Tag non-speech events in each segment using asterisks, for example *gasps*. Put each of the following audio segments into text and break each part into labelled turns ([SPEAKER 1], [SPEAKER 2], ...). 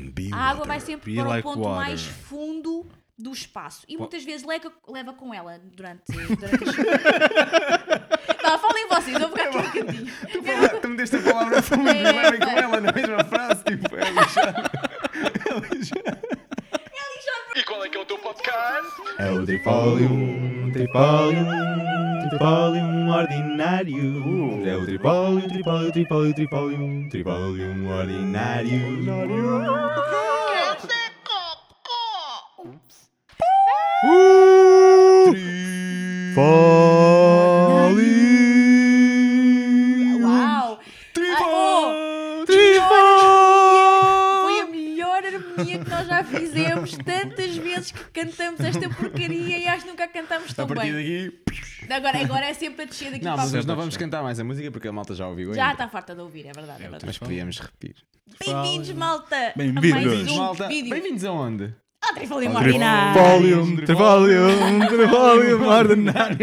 [SPEAKER 1] a
[SPEAKER 2] water.
[SPEAKER 1] água vai sempre
[SPEAKER 2] Be
[SPEAKER 1] para
[SPEAKER 2] like
[SPEAKER 1] o ponto
[SPEAKER 2] water.
[SPEAKER 3] né?
[SPEAKER 1] mais fundo do espaço. E
[SPEAKER 2] Po-
[SPEAKER 1] muitas vezes leva, leva com ela
[SPEAKER 3] *laughs*
[SPEAKER 1] durante. durante... as- *laughs* Vá, falem vocês, eu vou ficar aqui um bocadinho.
[SPEAKER 3] *laughs* Tu, fala- tu me deste a palavra fundo
[SPEAKER 1] É,
[SPEAKER 3] e com
[SPEAKER 1] é.
[SPEAKER 3] ela na mesma frase. Tipo, é *laughs* lixado. É lixado.
[SPEAKER 4] E qual é que é o teu podcast?
[SPEAKER 3] É o Tripólium, Tripólium, Tripólium ordinário. É o Tripólium, Tripólium, Tripólium, Tripólium, Tripólium ordinário.
[SPEAKER 1] Uau!
[SPEAKER 2] oh,
[SPEAKER 3] tipo
[SPEAKER 1] Ah, oh,
[SPEAKER 3] Tripólium! Tripólium!
[SPEAKER 1] Foi a melhor harmonia que nós já fizemos tantas vezes que cantamos esta porcaria e acho que nunca a cantamos tão
[SPEAKER 3] A partir
[SPEAKER 1] bem.
[SPEAKER 3] daqui.
[SPEAKER 1] Agora, agora é sempre a descer daqui
[SPEAKER 3] Não,
[SPEAKER 1] para
[SPEAKER 3] mas
[SPEAKER 1] a
[SPEAKER 3] hoje não vamos cantar mais a música porque a malta já ouviu
[SPEAKER 1] Já
[SPEAKER 3] ainda.
[SPEAKER 1] está farta de ouvir, é verdade. É verdade.
[SPEAKER 3] Mas podíamos repetir.
[SPEAKER 1] Bem-vindos, malta! a
[SPEAKER 2] Bem-vindos.
[SPEAKER 1] mais um
[SPEAKER 3] Malta,
[SPEAKER 1] vídeo.
[SPEAKER 3] bem-vindos aonde?
[SPEAKER 1] Ah, Trifolium
[SPEAKER 2] Tripólium, Tripólium, Tripólium ordinário.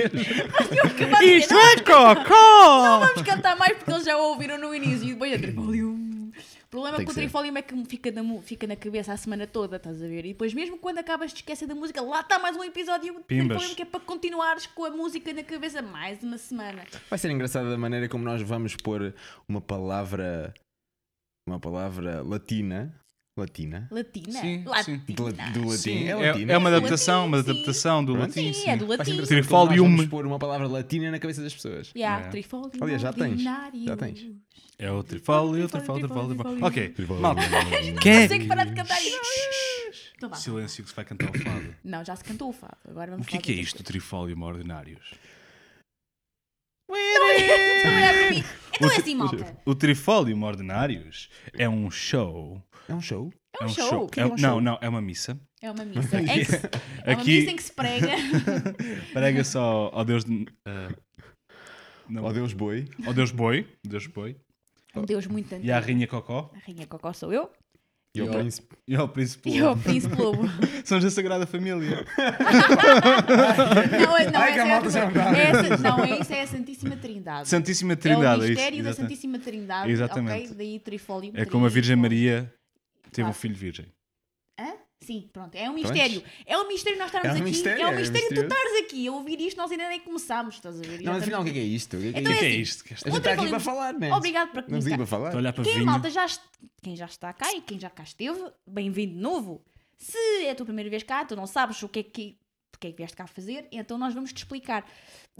[SPEAKER 1] Isto
[SPEAKER 2] é cocó!
[SPEAKER 1] Vamos cantar mais porque eles já o ouviram no início e depois é trifolium. O problema
[SPEAKER 3] Tem
[SPEAKER 1] com o
[SPEAKER 3] que ser.
[SPEAKER 1] trifolium é que me fica na, mu- fica na cabeça a semana toda, estás a ver? E depois, mesmo quando acabas de esquecer da música, lá está mais um episódio de
[SPEAKER 2] Pimbas.
[SPEAKER 1] trifolium que é para continuares com a música na cabeça mais uma semana.
[SPEAKER 3] Vai ser engraçado da maneira como nós vamos pôr uma palavra. Uma palavra latina. Latina?
[SPEAKER 1] Latina?
[SPEAKER 2] Sim,
[SPEAKER 1] Latina.
[SPEAKER 3] Do, la- do latim.
[SPEAKER 2] Sim,
[SPEAKER 3] é
[SPEAKER 2] é,
[SPEAKER 3] latina.
[SPEAKER 2] é uma
[SPEAKER 1] Latim,
[SPEAKER 2] adaptação, uma
[SPEAKER 1] sim.
[SPEAKER 2] adaptação do
[SPEAKER 3] Pronto.
[SPEAKER 2] latim.
[SPEAKER 1] Sim, é do
[SPEAKER 3] Vai
[SPEAKER 1] latim.
[SPEAKER 3] ser engraçado como nós
[SPEAKER 2] Trifolium.
[SPEAKER 3] vamos pôr uma palavra latina na cabeça das pessoas.
[SPEAKER 1] Yeah,
[SPEAKER 2] É.
[SPEAKER 1] trifolium.
[SPEAKER 3] Olha, já tens,
[SPEAKER 1] ordinário.
[SPEAKER 3] já tens.
[SPEAKER 2] É o Trifólio, Trifólio, Trifólio, Trifólio. Ok, malta.
[SPEAKER 1] Não
[SPEAKER 2] Quem
[SPEAKER 1] consigo parar de cantar isto. Então vá.
[SPEAKER 2] Silêncio que se vai cantar o fado.
[SPEAKER 1] Não, já se cantou o fado. Agora
[SPEAKER 2] O
[SPEAKER 1] vamos
[SPEAKER 2] que é
[SPEAKER 1] falar
[SPEAKER 2] que é
[SPEAKER 1] de-
[SPEAKER 2] isto, Trifólio ordinários?
[SPEAKER 1] Então é para mim. Então é assim, malta.
[SPEAKER 2] O Trifólio ordinários é um show.
[SPEAKER 3] É um show.
[SPEAKER 1] É um show.
[SPEAKER 2] É- Não, não, é uma missa.
[SPEAKER 1] É uma missa. É, que se- é uma missa em
[SPEAKER 2] Aqui,
[SPEAKER 1] que se prega.
[SPEAKER 2] prega só ao Deus. de- ah, não,
[SPEAKER 3] Ó Deus boi.
[SPEAKER 2] ao Deus Boi. Deus Boi.
[SPEAKER 1] Um Deus muito antigo.
[SPEAKER 2] E à Rainha Cocó.
[SPEAKER 1] A rainha Cocó sou eu.
[SPEAKER 3] E o
[SPEAKER 1] Eu-
[SPEAKER 3] príncipe.
[SPEAKER 2] E ao Príncipe
[SPEAKER 1] E o Príncipe Lobo.
[SPEAKER 2] São da Sagrada Família.
[SPEAKER 1] Não, é- não,
[SPEAKER 3] Ai,
[SPEAKER 1] essa
[SPEAKER 3] que
[SPEAKER 1] é
[SPEAKER 3] a malta
[SPEAKER 1] outra
[SPEAKER 3] já
[SPEAKER 1] coisa.
[SPEAKER 3] me dá.
[SPEAKER 1] É essa- não, é isso, é a Santíssima Trindade.
[SPEAKER 2] Santíssima
[SPEAKER 1] é o
[SPEAKER 2] Trindade.
[SPEAKER 1] mistério da
[SPEAKER 2] isso, exatamente.
[SPEAKER 1] Santíssima Trindade.
[SPEAKER 2] Exatamente.
[SPEAKER 1] ok? Daí trifólio.
[SPEAKER 2] É como a Virgem Maria teve
[SPEAKER 1] Claro.
[SPEAKER 2] um filho virgem.
[SPEAKER 1] Hã? Sim, pronto. É um mistério. É um mistério nós estarmos
[SPEAKER 3] É um
[SPEAKER 1] aqui.
[SPEAKER 3] mistério,
[SPEAKER 1] é um
[SPEAKER 3] é
[SPEAKER 1] mistério tu
[SPEAKER 3] misterioso.
[SPEAKER 1] estares aqui a ouvir isto. Nós ainda nem começámos, estás a ver? Já
[SPEAKER 3] Não,
[SPEAKER 1] estamos
[SPEAKER 3] mas afinal, o que é que é
[SPEAKER 1] aqui.
[SPEAKER 3] isto? O que é que é
[SPEAKER 1] Então
[SPEAKER 2] O
[SPEAKER 3] isto?
[SPEAKER 2] que é
[SPEAKER 1] assim,
[SPEAKER 2] isto? que
[SPEAKER 3] A
[SPEAKER 2] esta-
[SPEAKER 3] gente
[SPEAKER 1] outra
[SPEAKER 3] está aqui para
[SPEAKER 1] coisa-
[SPEAKER 3] falar, man.
[SPEAKER 1] Obrigado por
[SPEAKER 3] Não digo
[SPEAKER 1] começar.
[SPEAKER 3] para falar.
[SPEAKER 2] Estou a olhar para
[SPEAKER 1] Quem é
[SPEAKER 2] vinho.
[SPEAKER 1] malta já est- quem já está cá e quem já cá esteve, bem-vindo de novo. Se é a tua primeira vez cá, tu não sabes o que é que porque é que vieste cá fazer, então nós vamos te explicar.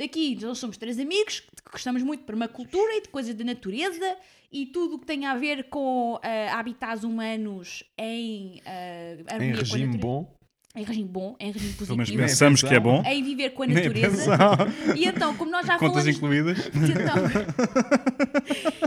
[SPEAKER 1] Aqui nós somos três amigos que gostamos muito de permacultura e de coisas da natureza e tudo o que tem a ver com ah, habitats humanos em, ah, harmonia
[SPEAKER 3] Em
[SPEAKER 1] com a
[SPEAKER 3] regime
[SPEAKER 1] natureza.
[SPEAKER 3] bom.
[SPEAKER 1] Em regime bom, em regime
[SPEAKER 2] Pelo menos
[SPEAKER 1] positivo.
[SPEAKER 2] pensamos que é bom.
[SPEAKER 1] Em viver com a
[SPEAKER 2] Nem
[SPEAKER 1] natureza.
[SPEAKER 2] pensar.
[SPEAKER 1] E então, como nós já
[SPEAKER 2] Contas
[SPEAKER 1] falamos
[SPEAKER 2] incluídas.
[SPEAKER 1] então,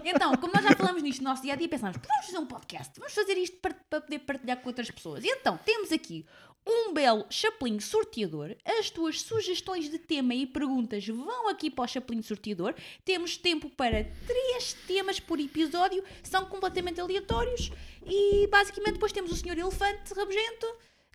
[SPEAKER 1] então, como nós já falamos nisto no nosso dia a dia, pensámos, vamos fazer um podcast, vamos fazer isto para, para poder partilhar com outras pessoas. E então, temos aqui um belo chapelinho sorteador. As tuas sugestões de tema e perguntas vão aqui para o chapelinho sorteador. Temos tempo para três temas por episódio, são completamente aleatórios. E basicamente, depois temos o senhor Elefante Rabugento.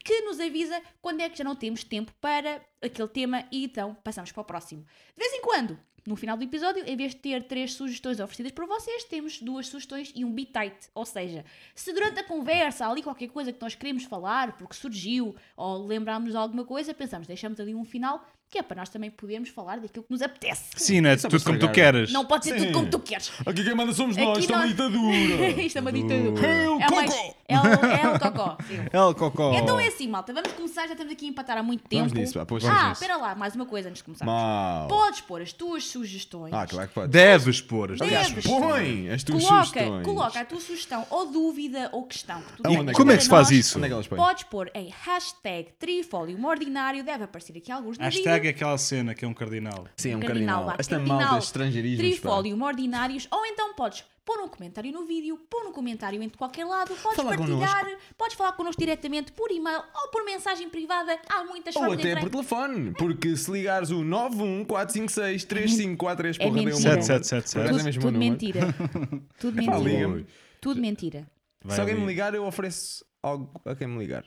[SPEAKER 1] Que nos avisa quando é que já não temos tempo para aquele tema e então passamos para o próximo. De vez em quando, no final do episódio, em vez de ter três sugestões oferecidas por vocês, temos duas sugestões e um bitite. Ou seja, se durante a conversa há ali qualquer coisa que nós queremos falar, porque surgiu, ou lembrámos de alguma coisa, pensamos, deixamos ali um final, que é para nós também podermos falar daquilo que nos apetece.
[SPEAKER 2] Sim, não é
[SPEAKER 3] Só
[SPEAKER 2] tudo
[SPEAKER 3] para
[SPEAKER 2] como tu
[SPEAKER 3] estragar.
[SPEAKER 2] queres.
[SPEAKER 1] Não pode ser
[SPEAKER 2] Sim.
[SPEAKER 1] tudo como tu queres.
[SPEAKER 2] Aqui quem manda somos
[SPEAKER 1] Aqui
[SPEAKER 2] nós. Isto é uma
[SPEAKER 1] nós-
[SPEAKER 2] ditadura.
[SPEAKER 1] *laughs* Isto é uma ditadura.
[SPEAKER 2] É o
[SPEAKER 1] É o mais-
[SPEAKER 2] cocó.
[SPEAKER 1] É o, é o cocó. sim.
[SPEAKER 2] El Cocó.
[SPEAKER 1] Então é assim, malta, vamos começar, já estamos aqui a empatar há muito tempo.
[SPEAKER 3] Oh. Vamos nisso, pá, pois vamos
[SPEAKER 1] ah,
[SPEAKER 3] nisso.
[SPEAKER 1] espera lá, mais uma coisa antes de começarmos.
[SPEAKER 3] Mau.
[SPEAKER 1] Podes pôr as tuas sugestões.
[SPEAKER 3] Ah, claro que pode.
[SPEAKER 2] Deves pôr. as-
[SPEAKER 1] Aliás,
[SPEAKER 3] Aliás,
[SPEAKER 1] Deves.
[SPEAKER 3] põe as tuas
[SPEAKER 1] Coloca,
[SPEAKER 3] sugestões.
[SPEAKER 1] coloca a tua sugestão ou dúvida ou questão que tu
[SPEAKER 3] Então,
[SPEAKER 1] tens
[SPEAKER 3] onde é
[SPEAKER 1] para
[SPEAKER 3] que como é que
[SPEAKER 2] se faz
[SPEAKER 1] nós.
[SPEAKER 2] isso?
[SPEAKER 3] Onde é que elas põem?
[SPEAKER 1] Podes pôr em hashtag trifólio ordinário, deve aparecer aqui alguns no
[SPEAKER 2] Hashtag
[SPEAKER 1] vídeo.
[SPEAKER 2] é aquela cena que é um cardinal.
[SPEAKER 3] Sim, é um cardinal.
[SPEAKER 1] lá,
[SPEAKER 3] Esta
[SPEAKER 1] cardinal,
[SPEAKER 3] malta, é estrangeirismo.
[SPEAKER 1] Trifólio ordinários, ou então podes pôr um comentário no vídeo, pôr um comentário entre qualquer lado, podes
[SPEAKER 3] Fala
[SPEAKER 1] partilhar, podes falar connosco diretamente por e-mail ou por mensagem privada. Há muitas
[SPEAKER 3] Ou
[SPEAKER 1] formas de
[SPEAKER 3] até
[SPEAKER 1] entrar.
[SPEAKER 3] por telefone, porque se ligares o 91456 3543
[SPEAKER 1] É
[SPEAKER 3] porra, deu um
[SPEAKER 1] mentira.
[SPEAKER 3] número.
[SPEAKER 2] 7777.
[SPEAKER 3] Por acaso é
[SPEAKER 1] Tudo,
[SPEAKER 3] mesmo
[SPEAKER 1] tudo
[SPEAKER 3] um número.
[SPEAKER 1] mentira. *laughs* Tudo
[SPEAKER 3] Pá,
[SPEAKER 1] mentira.
[SPEAKER 3] liga-me.
[SPEAKER 1] Tudo mentira.
[SPEAKER 2] Vai
[SPEAKER 3] Se alguém
[SPEAKER 2] ali.
[SPEAKER 3] me ligar, eu ofereço algo a quem me ligar.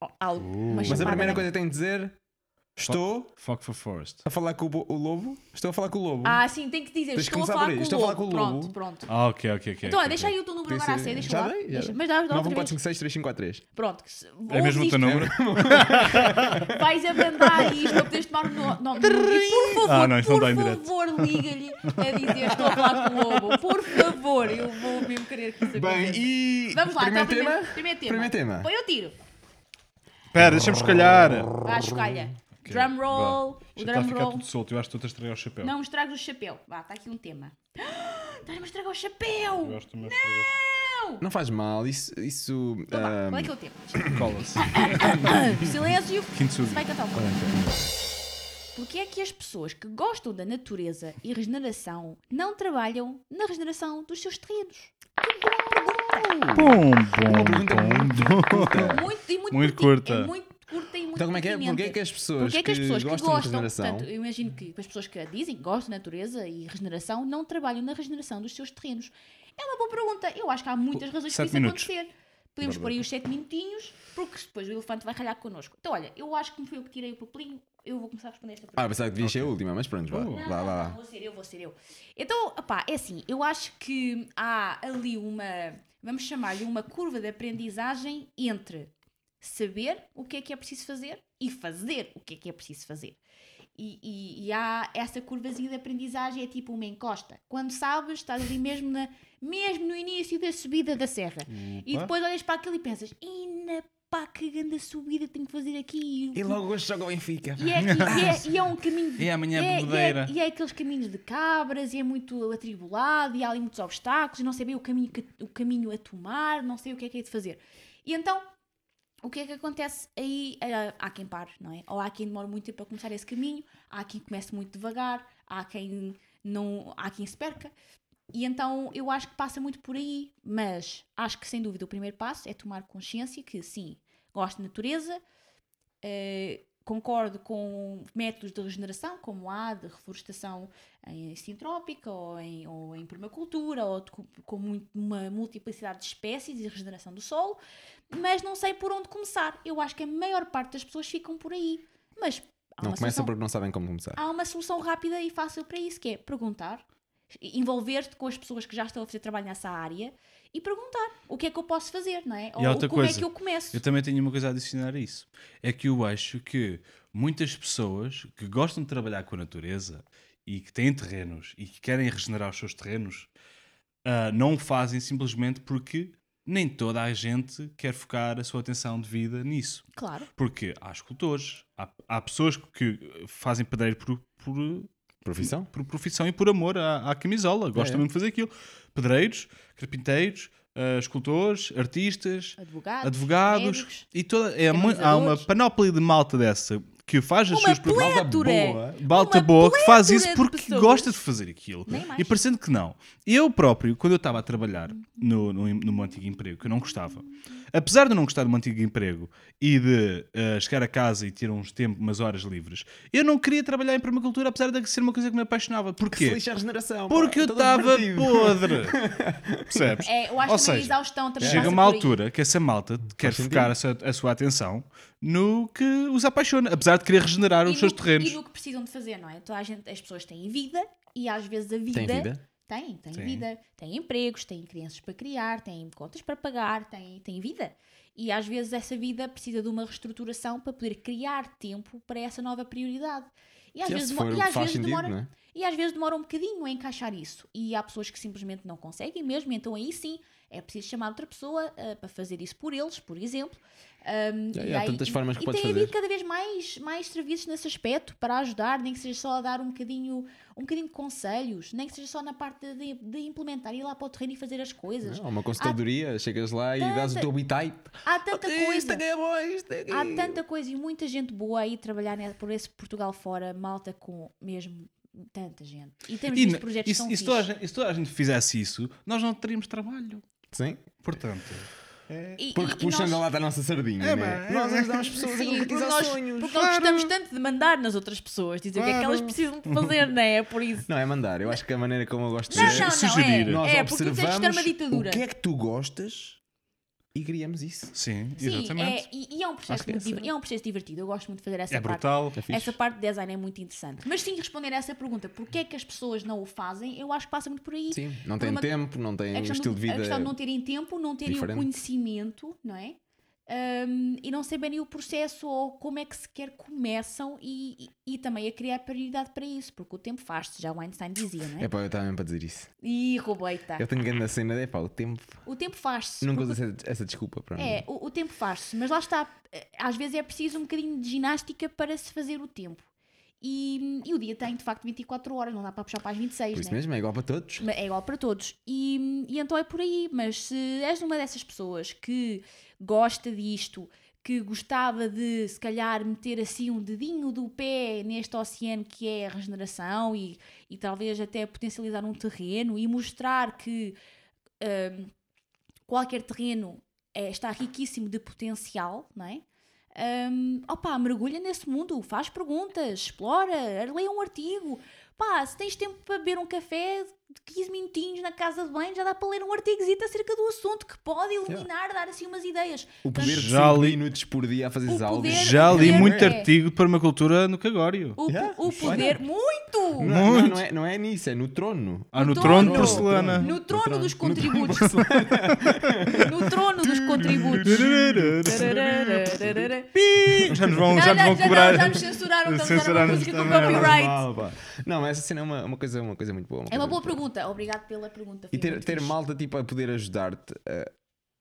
[SPEAKER 1] Ó, algo, uma
[SPEAKER 3] Uh. Mas é a
[SPEAKER 1] chamada,
[SPEAKER 3] primeira
[SPEAKER 1] né?
[SPEAKER 3] coisa que tenho de dizer: Estou
[SPEAKER 2] Fuck for Forest.
[SPEAKER 3] a falar com o, bo- o lobo. Estou a falar com o lobo.
[SPEAKER 1] Ah, sim, tem que dizer.
[SPEAKER 3] Tens que
[SPEAKER 1] Estou a
[SPEAKER 3] começar
[SPEAKER 1] falar
[SPEAKER 3] por aí.
[SPEAKER 1] com o
[SPEAKER 3] Estou a falar
[SPEAKER 1] lobo.
[SPEAKER 3] com o
[SPEAKER 1] Pronto,
[SPEAKER 3] lobo.
[SPEAKER 1] pronto.
[SPEAKER 2] Ah, ok, ok, ok.
[SPEAKER 1] Então, olha,
[SPEAKER 2] ok,
[SPEAKER 1] deixa
[SPEAKER 2] ok.
[SPEAKER 1] aí o teu número
[SPEAKER 3] Podia
[SPEAKER 1] agora a
[SPEAKER 3] ser-
[SPEAKER 1] sério. Deixa
[SPEAKER 3] já
[SPEAKER 1] lá.
[SPEAKER 3] dei, já
[SPEAKER 1] Deixa-
[SPEAKER 3] dei.
[SPEAKER 1] Mas dá, dá outra vez.
[SPEAKER 3] 91456 3543.
[SPEAKER 1] Pronto. que se-
[SPEAKER 2] É mesmo o
[SPEAKER 1] ouves
[SPEAKER 2] teu
[SPEAKER 1] isto, *laughs*
[SPEAKER 2] número?
[SPEAKER 1] Vais abrandar isto para poderes tomar o no- nome do lobo. E por favor,
[SPEAKER 2] Ah, não, isso não
[SPEAKER 1] por
[SPEAKER 2] dá em direto.
[SPEAKER 1] favor, liga-lhe a dizer estou a falar com o lobo. Por favor, eu vou mesmo querer que isso
[SPEAKER 3] Bem,
[SPEAKER 1] aconteça.
[SPEAKER 3] e.
[SPEAKER 1] Vamos lá,
[SPEAKER 3] primeiro,
[SPEAKER 1] então,
[SPEAKER 3] tema?
[SPEAKER 1] primeiro tema.
[SPEAKER 3] Primeiro tema.
[SPEAKER 1] Põe o tiro.
[SPEAKER 2] Espera, deixa-me escalhar.
[SPEAKER 1] Vá, escolha. Drum roll. O
[SPEAKER 2] Está a
[SPEAKER 1] drum
[SPEAKER 2] ficar
[SPEAKER 1] roll.
[SPEAKER 2] tudo solto. Eu acho que estou a estragar o chapéu.
[SPEAKER 1] Não me estragas o chapéu. Vá, está aqui um tema. *gasps* Estás-me a estragar o
[SPEAKER 2] Eu
[SPEAKER 1] chapéu!
[SPEAKER 2] acho que também estragou.
[SPEAKER 1] Não!
[SPEAKER 3] Não faz mal, isso. isso
[SPEAKER 1] Então vá,
[SPEAKER 3] ah,
[SPEAKER 1] qual é que é o tema?
[SPEAKER 2] Cola-se.
[SPEAKER 1] *coughs* Silêncio.
[SPEAKER 2] Kintsugi.
[SPEAKER 1] Se vai cantar o Porquê é que as pessoas que gostam da natureza e regeneração não trabalham na regeneração dos seus terrenos?
[SPEAKER 2] Bom,
[SPEAKER 3] Uma pergunta
[SPEAKER 2] bom,
[SPEAKER 1] Muito e muito,
[SPEAKER 2] É. Muito
[SPEAKER 1] pertin-
[SPEAKER 2] curta.
[SPEAKER 1] É muito curta e muito
[SPEAKER 3] Então, como é que é?
[SPEAKER 1] pertinente.
[SPEAKER 3] Porquê é que as pessoas
[SPEAKER 1] Porquê é que as
[SPEAKER 3] que
[SPEAKER 1] pessoas que
[SPEAKER 3] gostam
[SPEAKER 1] gostam,
[SPEAKER 3] da regeneração-
[SPEAKER 1] portanto, eu imagino que as pessoas que a dizem que gostam da natureza e regeneração não trabalham na regeneração dos seus terrenos? É uma boa pergunta. Eu acho que há muitas razões para
[SPEAKER 2] Sete
[SPEAKER 1] isso
[SPEAKER 2] minutos.
[SPEAKER 1] acontecer. Podemos pôr aí os 7 minutinhos, porque depois o elefante vai ralhar connosco. Então, olha, eu acho que me foi eu que tirei o papelinho, eu vou começar a responder esta pergunta.
[SPEAKER 3] Ah, pensava que devia ser a última, mas pronto, vá.
[SPEAKER 2] Uh.
[SPEAKER 3] Vá, vá,
[SPEAKER 1] Não,
[SPEAKER 3] vá.
[SPEAKER 1] Vou ser eu, vou ser eu. Então, opá, é assim, eu acho que há ali uma, vamos chamar-lhe uma curva de aprendizagem entre saber o que é que é preciso fazer e fazer o que é que é preciso fazer. E, e- e há essa curvazinha de aprendizagem, é tipo uma encosta. Quando sabes, estás ali mesmo, na, mesmo no início da subida da serra. E
[SPEAKER 2] Opa.
[SPEAKER 1] depois olhas para aquilo e pensas, ina pá, que grande subida tenho que fazer aqui.
[SPEAKER 3] E logo hoje joga o Benfica.
[SPEAKER 1] E é,
[SPEAKER 3] *laughs*
[SPEAKER 1] aqui- e é- e
[SPEAKER 2] *laughs*
[SPEAKER 1] é um caminho. de-
[SPEAKER 2] E amanhã
[SPEAKER 1] é, e, é,
[SPEAKER 2] bebedeira.
[SPEAKER 1] e é aqueles caminhos de cabras, e é muito atribulado, e há ali muitos obstáculos, e não sei bem o caminho, que- o caminho a tomar, não sei o que é que é de fazer. E então, o que é que acontece aí? eh, Há quem pare, não é? Ou há quem demora muito tempo para começar esse caminho, há quem comece muito devagar, há quem, não, há quem se perca. E então eu acho que passa muito por aí, mas acho que sem dúvida o primeiro passo é tomar consciência que sim, gosto de natureza, eh, concordo com métodos de regeneração, como a de reflorestação em sintrópica ou em, ou em permacultura, ou de co- com muito- uma multiplicidade de espécies e regeneração do solo, mas não sei por onde começar. Eu acho que a maior parte das pessoas ficam por aí. Mas há
[SPEAKER 3] Não
[SPEAKER 1] uma
[SPEAKER 3] começa
[SPEAKER 1] solução
[SPEAKER 3] porque não sabem como começar.
[SPEAKER 1] há uma solução rápida e fácil para isso, que é perguntar, envolver-te com as pessoas que já estão a fazer trabalho nessa área e perguntar o que é que eu posso fazer, não é?
[SPEAKER 2] E há outra
[SPEAKER 1] como é
[SPEAKER 2] coisa.
[SPEAKER 1] que eu começo?
[SPEAKER 2] Eu também tenho uma coisa a adicionar a isso. É que eu acho que muitas pessoas que gostam de trabalhar com a natureza e que têm terrenos e que querem regenerar os seus terrenos ah, não o fazem simplesmente porque nem toda a gente quer focar a sua atenção de vida nisso.
[SPEAKER 1] Claro.
[SPEAKER 2] Porque há escultores, há, há pessoas que fazem pedreiro por- por
[SPEAKER 3] Profissão?
[SPEAKER 2] por profissão e por amor à, à camisola. Gosto
[SPEAKER 3] É.
[SPEAKER 2] mesmo de fazer aquilo. Pedreiros, carpinteiros, ah, escultores, artistas,
[SPEAKER 1] Advogados, médicos.
[SPEAKER 2] advogados e toda, é mu- há uma
[SPEAKER 1] Organizadores.
[SPEAKER 2] panóplia de malta dessa que faz as
[SPEAKER 1] Uma
[SPEAKER 2] suas prof-
[SPEAKER 3] Malta
[SPEAKER 1] plétora!
[SPEAKER 3] boa.
[SPEAKER 2] Balta
[SPEAKER 1] uma
[SPEAKER 2] boa que faz
[SPEAKER 1] plétora
[SPEAKER 2] isso
[SPEAKER 1] de
[SPEAKER 2] porque
[SPEAKER 1] pessoas.
[SPEAKER 2] gosta de fazer aquilo.
[SPEAKER 1] Nem mais.
[SPEAKER 2] E parecendo que não. Eu próprio, quando eu estava a trabalhar no, no, no meu antigo emprego, que eu não gostava, apesar de eu não gostar do meu antigo emprego e de ah, chegar a casa e ter uns tempo, umas horas livres, eu não queria trabalhar em permacultura, apesar de ser uma coisa que me apaixonava. Porquê?
[SPEAKER 3] Feliz a regeneração. pá.
[SPEAKER 2] Porque eu
[SPEAKER 3] Todo
[SPEAKER 2] estava
[SPEAKER 3] divertido.
[SPEAKER 2] podre. Percebes?
[SPEAKER 1] É, eu acho
[SPEAKER 2] Ou
[SPEAKER 1] que também
[SPEAKER 2] seja,
[SPEAKER 1] a exaustão também
[SPEAKER 2] Chega
[SPEAKER 1] passa
[SPEAKER 2] uma
[SPEAKER 1] por aí.
[SPEAKER 2] altura que essa malta quer focar a sua, a sua atenção no que os apaixona, apesar de querer regenerar
[SPEAKER 1] E
[SPEAKER 2] os seus
[SPEAKER 1] no-
[SPEAKER 2] terrenos.
[SPEAKER 1] E no que precisam de fazer, não é? Toda a gente, as pessoas têm vida e às vezes a vida.
[SPEAKER 3] Tem vida?
[SPEAKER 1] Tem, tem
[SPEAKER 2] Sim.
[SPEAKER 1] vida. Tem empregos, tem crianças para criar, tem contas para pagar, tem, tem vida. E às vezes essa vida precisa de uma reestruturação para poder criar tempo para essa nova prioridade. E às
[SPEAKER 3] Já
[SPEAKER 1] vezes,
[SPEAKER 3] se
[SPEAKER 1] demo-
[SPEAKER 3] for,
[SPEAKER 1] e às
[SPEAKER 3] faz
[SPEAKER 1] vezes
[SPEAKER 3] sentido,
[SPEAKER 1] demora.
[SPEAKER 3] não é?
[SPEAKER 1] E às vezes demora um bocadinho a encaixar isso. E há pessoas que simplesmente não conseguem mesmo, então aí sim é preciso chamar outra pessoa ah, para fazer isso por eles, por exemplo. Ahm,
[SPEAKER 3] Já,
[SPEAKER 1] e
[SPEAKER 3] já há
[SPEAKER 1] aí-
[SPEAKER 3] tantas formas que
[SPEAKER 1] e
[SPEAKER 3] podes
[SPEAKER 1] tem
[SPEAKER 3] fazer.
[SPEAKER 1] havido cada vez mais, mais serviços nesse aspecto para ajudar, nem que seja só a dar um bocadinho, um bocadinho de conselhos, nem que seja só na parte de, de implementar, ir lá para o terreno e fazer as coisas.
[SPEAKER 3] Não, uma consultadoria, chegas lá e dás o teu bitite.
[SPEAKER 1] Há tanta coisa.
[SPEAKER 3] é bom, isto é
[SPEAKER 1] Há tanta coisa e muita gente boa aí a trabalhar ne- por esse Portugal fora, malta com mesmo tanta gente. E temos
[SPEAKER 2] E
[SPEAKER 1] visto
[SPEAKER 2] n-
[SPEAKER 1] projetos
[SPEAKER 2] e se-
[SPEAKER 1] tão
[SPEAKER 2] e se toda a
[SPEAKER 1] fixes.
[SPEAKER 2] gente- e se toda a gente fizesse isso, nós não teríamos trabalho.
[SPEAKER 3] Sim.
[SPEAKER 2] Portanto,
[SPEAKER 1] E-
[SPEAKER 3] Porque
[SPEAKER 1] e- e
[SPEAKER 3] puxando
[SPEAKER 1] nós-
[SPEAKER 3] a lata a nossa sardinha,
[SPEAKER 2] É,
[SPEAKER 3] né?
[SPEAKER 2] bem,
[SPEAKER 3] Nós
[SPEAKER 2] é,
[SPEAKER 3] ajudamos pessoas a
[SPEAKER 1] Sim, porque
[SPEAKER 3] concretizar
[SPEAKER 1] nós,
[SPEAKER 3] sonhos.
[SPEAKER 1] porque nós gostamos tanto de mandar nas outras pessoas, dizer o que é que elas precisam de fazer, não é? É Por isso.
[SPEAKER 3] Não, é mandar. Eu acho que a maneira como eu gosto de
[SPEAKER 1] Não,
[SPEAKER 3] ver-
[SPEAKER 1] não, não,
[SPEAKER 2] Sugerir.
[SPEAKER 1] é.
[SPEAKER 3] Nós
[SPEAKER 1] é, porque tu tens de
[SPEAKER 3] observamos
[SPEAKER 1] estar uma ditadura.
[SPEAKER 3] o que é que tu gostas e criamos isso.
[SPEAKER 2] Sim,
[SPEAKER 1] Sim,
[SPEAKER 2] exatamente.
[SPEAKER 1] é, e, e é um processo
[SPEAKER 3] Acho que é
[SPEAKER 1] muito diver-
[SPEAKER 3] essa.
[SPEAKER 1] é um processo divertido. Eu gosto muito de fazer essa
[SPEAKER 2] É
[SPEAKER 1] parte.
[SPEAKER 2] brutal.
[SPEAKER 3] É fixe.
[SPEAKER 1] Essa parte de design é muito interessante. Mas sim, responder a essa pergunta, porque é que as pessoas não o fazem, eu acho que passa muito por aí.
[SPEAKER 3] Sim, não tem
[SPEAKER 1] Problema-
[SPEAKER 3] tempo, não
[SPEAKER 1] a
[SPEAKER 3] tem um
[SPEAKER 1] questão,
[SPEAKER 3] estilo
[SPEAKER 1] do-
[SPEAKER 3] de vida. é
[SPEAKER 1] a questão de não terem tempo, não terem
[SPEAKER 3] diferente.
[SPEAKER 1] o conhecimento, não é? Ahm, e não saberem o processo ou como é que sequer começam e, e, e também a criar prioridade para isso, porque o tempo faz-se, já o Einstein dizia, não é?
[SPEAKER 3] É pá, eu estava mesmo para dizer isso.
[SPEAKER 1] Ih, roubei-te.
[SPEAKER 3] Eu tenho grande a cena de, é pá,
[SPEAKER 1] *laughs*
[SPEAKER 3] o tempo.
[SPEAKER 1] O tempo faz-se.
[SPEAKER 3] Nunca
[SPEAKER 1] porque-
[SPEAKER 3] uso essa, essa desculpa para
[SPEAKER 1] É, o, o tempo faz-se, mas lá está. eh, Às vezes é preciso um bocadinho de ginástica para se fazer o tempo. E, e o dia tem, de facto, 24 horas, não dá para puxar para as 26,
[SPEAKER 3] Por isso
[SPEAKER 1] né?
[SPEAKER 3] mesmo, é igual para todos.
[SPEAKER 1] Mas É igual para todos. E, e então é por aí. Mas se és uma dessas pessoas que gosta disto, que gostava de, se calhar, meter assim um dedinho do pé neste oceano que é a regeneração e, e talvez até potencializar um terreno e mostrar que hum, qualquer terreno é, está riquíssimo de potencial, não é? Hum, opa, mergulha nesse mundo, faz perguntas, explora, lê um artigo. Pá, se tens tempo para beber um café de 15 minutinhos na casa de banho, já dá para ler um artigozito acerca do assunto que pode iluminar, dar assim umas ideias.
[SPEAKER 3] O poder de
[SPEAKER 2] Já
[SPEAKER 3] 5
[SPEAKER 2] li-
[SPEAKER 3] minutos por dia a fazer
[SPEAKER 1] O
[SPEAKER 3] algo.
[SPEAKER 1] poder-
[SPEAKER 2] Já li
[SPEAKER 1] Poder
[SPEAKER 2] muito
[SPEAKER 1] é-
[SPEAKER 2] artigo de permacultura no Cagório.
[SPEAKER 1] O,
[SPEAKER 3] Yeah,
[SPEAKER 1] o poder, muito!
[SPEAKER 3] Não, não,
[SPEAKER 2] Muito.
[SPEAKER 3] não é, não é nisso, é no trono.
[SPEAKER 2] Ah, no trono de
[SPEAKER 1] trono.
[SPEAKER 2] porcelana.
[SPEAKER 1] No trono dos
[SPEAKER 3] No
[SPEAKER 1] contributos. No trono dos
[SPEAKER 3] *laughs*
[SPEAKER 1] contributos. Tararara.
[SPEAKER 2] Já nos vão,
[SPEAKER 1] Não,
[SPEAKER 2] já nos vão
[SPEAKER 1] já,
[SPEAKER 2] cobrar.
[SPEAKER 1] não, já nos censuraram, estamos a
[SPEAKER 2] Censuraram-nos
[SPEAKER 1] música com
[SPEAKER 2] também, é
[SPEAKER 1] copyright.
[SPEAKER 3] Não, Ah, pá. Não, essa cena é uma, uma coisa, uma coisa muito boa.
[SPEAKER 1] É uma
[SPEAKER 3] coisa
[SPEAKER 1] boa
[SPEAKER 3] muito
[SPEAKER 1] pergunta. Obrigado pela pergunta.
[SPEAKER 3] E
[SPEAKER 1] foi
[SPEAKER 3] ter,
[SPEAKER 1] muito
[SPEAKER 3] ter
[SPEAKER 1] fixe.
[SPEAKER 3] malta tipo a poder ajudar-te a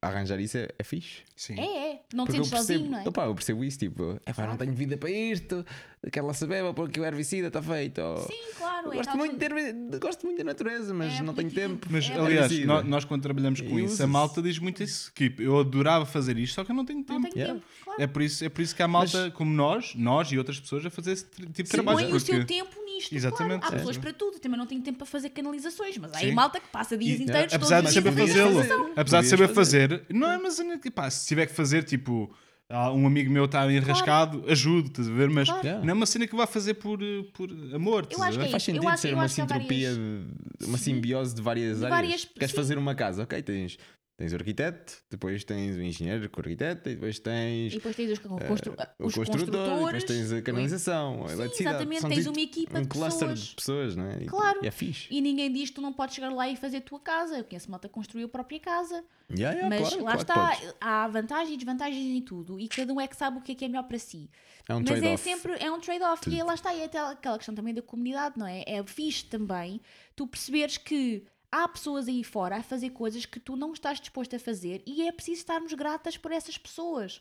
[SPEAKER 3] a arranjar isso é, é fixe.
[SPEAKER 2] Sim.
[SPEAKER 1] É, é. Não te
[SPEAKER 3] Porque eu
[SPEAKER 1] sentes
[SPEAKER 3] percebo,
[SPEAKER 1] sozinho, não é?
[SPEAKER 3] opá, eu percebo isso, tipo, é pá, não tenho vida para isto, quero lá saber, vou pôr aqui o herbicida, está feito. ou-
[SPEAKER 1] Sim, claro.
[SPEAKER 3] Eu
[SPEAKER 1] é
[SPEAKER 3] gosto,
[SPEAKER 1] tal
[SPEAKER 3] muito
[SPEAKER 1] coisa.
[SPEAKER 3] de ter- gosto muito da natureza, mas
[SPEAKER 1] É,
[SPEAKER 3] não tenho
[SPEAKER 1] porque-
[SPEAKER 3] tempo.
[SPEAKER 2] Mas,
[SPEAKER 1] É
[SPEAKER 2] aliás,
[SPEAKER 3] parecido.
[SPEAKER 2] nó- nós quando trabalhamos com
[SPEAKER 3] E
[SPEAKER 2] isso, a
[SPEAKER 3] usa-se.
[SPEAKER 2] malta diz muito isso. Que eu adorava fazer isto, só que eu não tenho
[SPEAKER 1] Não
[SPEAKER 2] tempo.
[SPEAKER 1] tenho
[SPEAKER 3] Yeah.
[SPEAKER 1] tempo, claro.
[SPEAKER 2] É por, isso, é por isso que há malta como nós, nós e outras pessoas, a fazer esse tri- tipo de
[SPEAKER 1] Põe
[SPEAKER 2] trabalho.
[SPEAKER 1] o seu tempo nisto.
[SPEAKER 2] Exatamente.
[SPEAKER 1] Claro. Há
[SPEAKER 2] É.
[SPEAKER 1] pessoas para tudo. Também não tenho tempo para fazer canalizações, mas há aí
[SPEAKER 2] Sim.
[SPEAKER 1] malta que passa dias
[SPEAKER 2] E-
[SPEAKER 3] é,
[SPEAKER 1] inteiros
[SPEAKER 2] apesar de
[SPEAKER 1] todos os
[SPEAKER 2] saber
[SPEAKER 1] dias a fazer
[SPEAKER 2] fazê-lo,
[SPEAKER 1] canalização.
[SPEAKER 2] apesar de
[SPEAKER 3] Podias
[SPEAKER 2] saber
[SPEAKER 3] fazer.
[SPEAKER 2] fazer, não é, mas eh, pá, se tiver que fazer, tipo, há um amigo meu está enrascado, ajudo, estás a ver? Mas
[SPEAKER 1] Claro.
[SPEAKER 2] não é uma cena que vá fazer por, eh, por amor, estás a
[SPEAKER 1] acho
[SPEAKER 2] ver?
[SPEAKER 1] que é
[SPEAKER 3] Faz
[SPEAKER 1] Eu
[SPEAKER 3] sentido
[SPEAKER 1] acho-
[SPEAKER 3] ser
[SPEAKER 1] eu
[SPEAKER 3] uma
[SPEAKER 1] acho que há
[SPEAKER 3] sintropia,
[SPEAKER 1] várias-
[SPEAKER 3] de- uma simbiose de várias
[SPEAKER 1] De
[SPEAKER 3] áreas.
[SPEAKER 1] várias-
[SPEAKER 3] Queres
[SPEAKER 1] sim.
[SPEAKER 3] fazer uma casa, ok, tens, tens o arquiteto, depois tens o engenheiro com o arquiteto, e depois
[SPEAKER 1] E
[SPEAKER 3] tens
[SPEAKER 1] depois tens os, constru...
[SPEAKER 3] É, o
[SPEAKER 1] os
[SPEAKER 3] construtor, e
[SPEAKER 1] construtores.
[SPEAKER 3] depois tens a canalização, a
[SPEAKER 1] Sim,
[SPEAKER 3] eletricidade.
[SPEAKER 1] exatamente,
[SPEAKER 3] São
[SPEAKER 1] tens
[SPEAKER 3] tipo
[SPEAKER 1] uma equipa
[SPEAKER 3] um
[SPEAKER 1] de
[SPEAKER 3] cluster
[SPEAKER 1] pessoas.
[SPEAKER 3] de pessoas, não é? E-
[SPEAKER 1] Claro.
[SPEAKER 3] E é fixe.
[SPEAKER 1] E ninguém diz tu não podes chegar lá e fazer a tua casa. Eu conheço malta que construiu a própria casa.
[SPEAKER 3] Yeah, yeah,
[SPEAKER 1] mas
[SPEAKER 3] É, claro,
[SPEAKER 1] lá
[SPEAKER 3] claro que
[SPEAKER 1] está,
[SPEAKER 3] podes.
[SPEAKER 1] há vantagens e desvantagens em tudo. E cada um é que sabe o que é que é melhor para si.
[SPEAKER 3] É um
[SPEAKER 1] mas é
[SPEAKER 3] trade-off.
[SPEAKER 1] sempre é um trade-off. E
[SPEAKER 3] Tudo.
[SPEAKER 1] lá está, e é até aquela questão também da comunidade, não é? É fixe também tu perceberes que há pessoas aí fora a fazer coisas que tu não estás disposto a fazer e é preciso estarmos gratas por essas pessoas.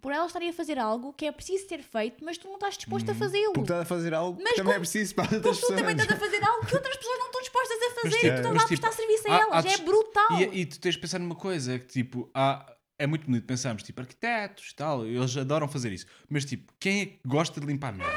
[SPEAKER 1] Por elas estarem a fazer algo que é preciso ser feito, mas tu não estás disposto a fazê-lo.
[SPEAKER 3] Porque estás a fazer algo
[SPEAKER 1] Mas
[SPEAKER 3] que também é preciso para outras
[SPEAKER 1] Porque tu
[SPEAKER 3] pessoas.
[SPEAKER 1] também estás a fazer algo que outras pessoas não estão dispostas a fazer e
[SPEAKER 2] tipo, mas
[SPEAKER 1] tu estás lá a
[SPEAKER 2] tipo,
[SPEAKER 1] prestar serviço a
[SPEAKER 2] há- há
[SPEAKER 1] elas.
[SPEAKER 2] des-
[SPEAKER 1] é brutal.
[SPEAKER 2] E, e tu tens de pensar numa coisa que tipo, há, é muito bonito pensarmos, tipo, arquitetos e tal, eles adoram fazer isso. Mas tipo, quem é que gosta de limpar merda?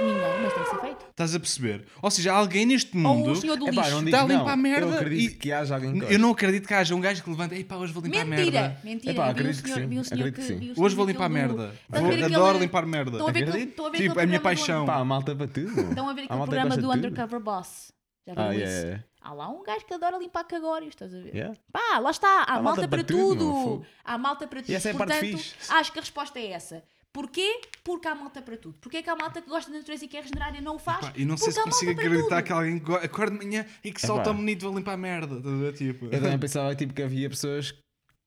[SPEAKER 1] Ninguém, mas tem que ser feito.
[SPEAKER 2] Estás a perceber? Ou seja, há alguém neste mundo.
[SPEAKER 1] Ou o senhor do
[SPEAKER 3] Epá, é um
[SPEAKER 1] lixo.
[SPEAKER 3] não digo
[SPEAKER 2] Está a
[SPEAKER 3] não,
[SPEAKER 2] limpar a merda
[SPEAKER 3] Eu acredito
[SPEAKER 2] e-
[SPEAKER 3] que haja alguém que
[SPEAKER 2] Eu não acredito que haja um gajo que levanta, ei pá, hoje vou limpar
[SPEAKER 1] Mentira,
[SPEAKER 2] merda.
[SPEAKER 1] mentira.
[SPEAKER 3] Epá,
[SPEAKER 1] vi um
[SPEAKER 3] acredito que
[SPEAKER 1] senhor,
[SPEAKER 3] sim,
[SPEAKER 1] vi um senhor
[SPEAKER 3] acredito que sim.
[SPEAKER 1] vi um senhor
[SPEAKER 2] Hoje vou
[SPEAKER 1] que
[SPEAKER 2] limpar
[SPEAKER 1] ele-
[SPEAKER 2] merda.
[SPEAKER 1] Estás a
[SPEAKER 2] Vou-
[SPEAKER 1] ver aquele-
[SPEAKER 2] adoro limpar merda.
[SPEAKER 1] Estão a ver, aquele,
[SPEAKER 3] Acredito.
[SPEAKER 1] estão a ver
[SPEAKER 2] Tipo,
[SPEAKER 1] aquele
[SPEAKER 2] é a minha
[SPEAKER 1] programa do-
[SPEAKER 2] paixão.
[SPEAKER 3] Pá, a malta para tudo.
[SPEAKER 1] Estão a ver
[SPEAKER 3] A
[SPEAKER 1] aquele
[SPEAKER 3] malta
[SPEAKER 1] programa
[SPEAKER 3] gosta
[SPEAKER 1] do
[SPEAKER 3] de tudo.
[SPEAKER 1] Undercover Boss. Já viram
[SPEAKER 3] Ah,
[SPEAKER 1] isso?
[SPEAKER 3] yeah, yeah.
[SPEAKER 1] Há lá um gajo que adora limpar cagórios, estás a ver?
[SPEAKER 3] Yeah.
[SPEAKER 1] Pá, lá está, há,
[SPEAKER 3] Há
[SPEAKER 1] malta, para tudo.
[SPEAKER 3] meu, fogo.
[SPEAKER 1] há malta para tudo.
[SPEAKER 3] essa é a parte
[SPEAKER 1] Portanto,
[SPEAKER 3] fixe.
[SPEAKER 1] acho que a resposta é essa. Porquê? Porque há malta para tudo. Porquê é que há malta que gosta da natureza e quer regenerar e não o faz?
[SPEAKER 2] Pá, e não sei
[SPEAKER 1] Porque
[SPEAKER 2] se
[SPEAKER 1] há malta
[SPEAKER 2] consigo
[SPEAKER 1] para
[SPEAKER 2] acreditar
[SPEAKER 1] tudo.
[SPEAKER 2] que alguém go- acorda de manhã e que sol
[SPEAKER 3] Epá.
[SPEAKER 2] tão bonito vai limpar merda. Estás a ver? Tipo,
[SPEAKER 3] Eu também pensava tipo, que havia pessoas que,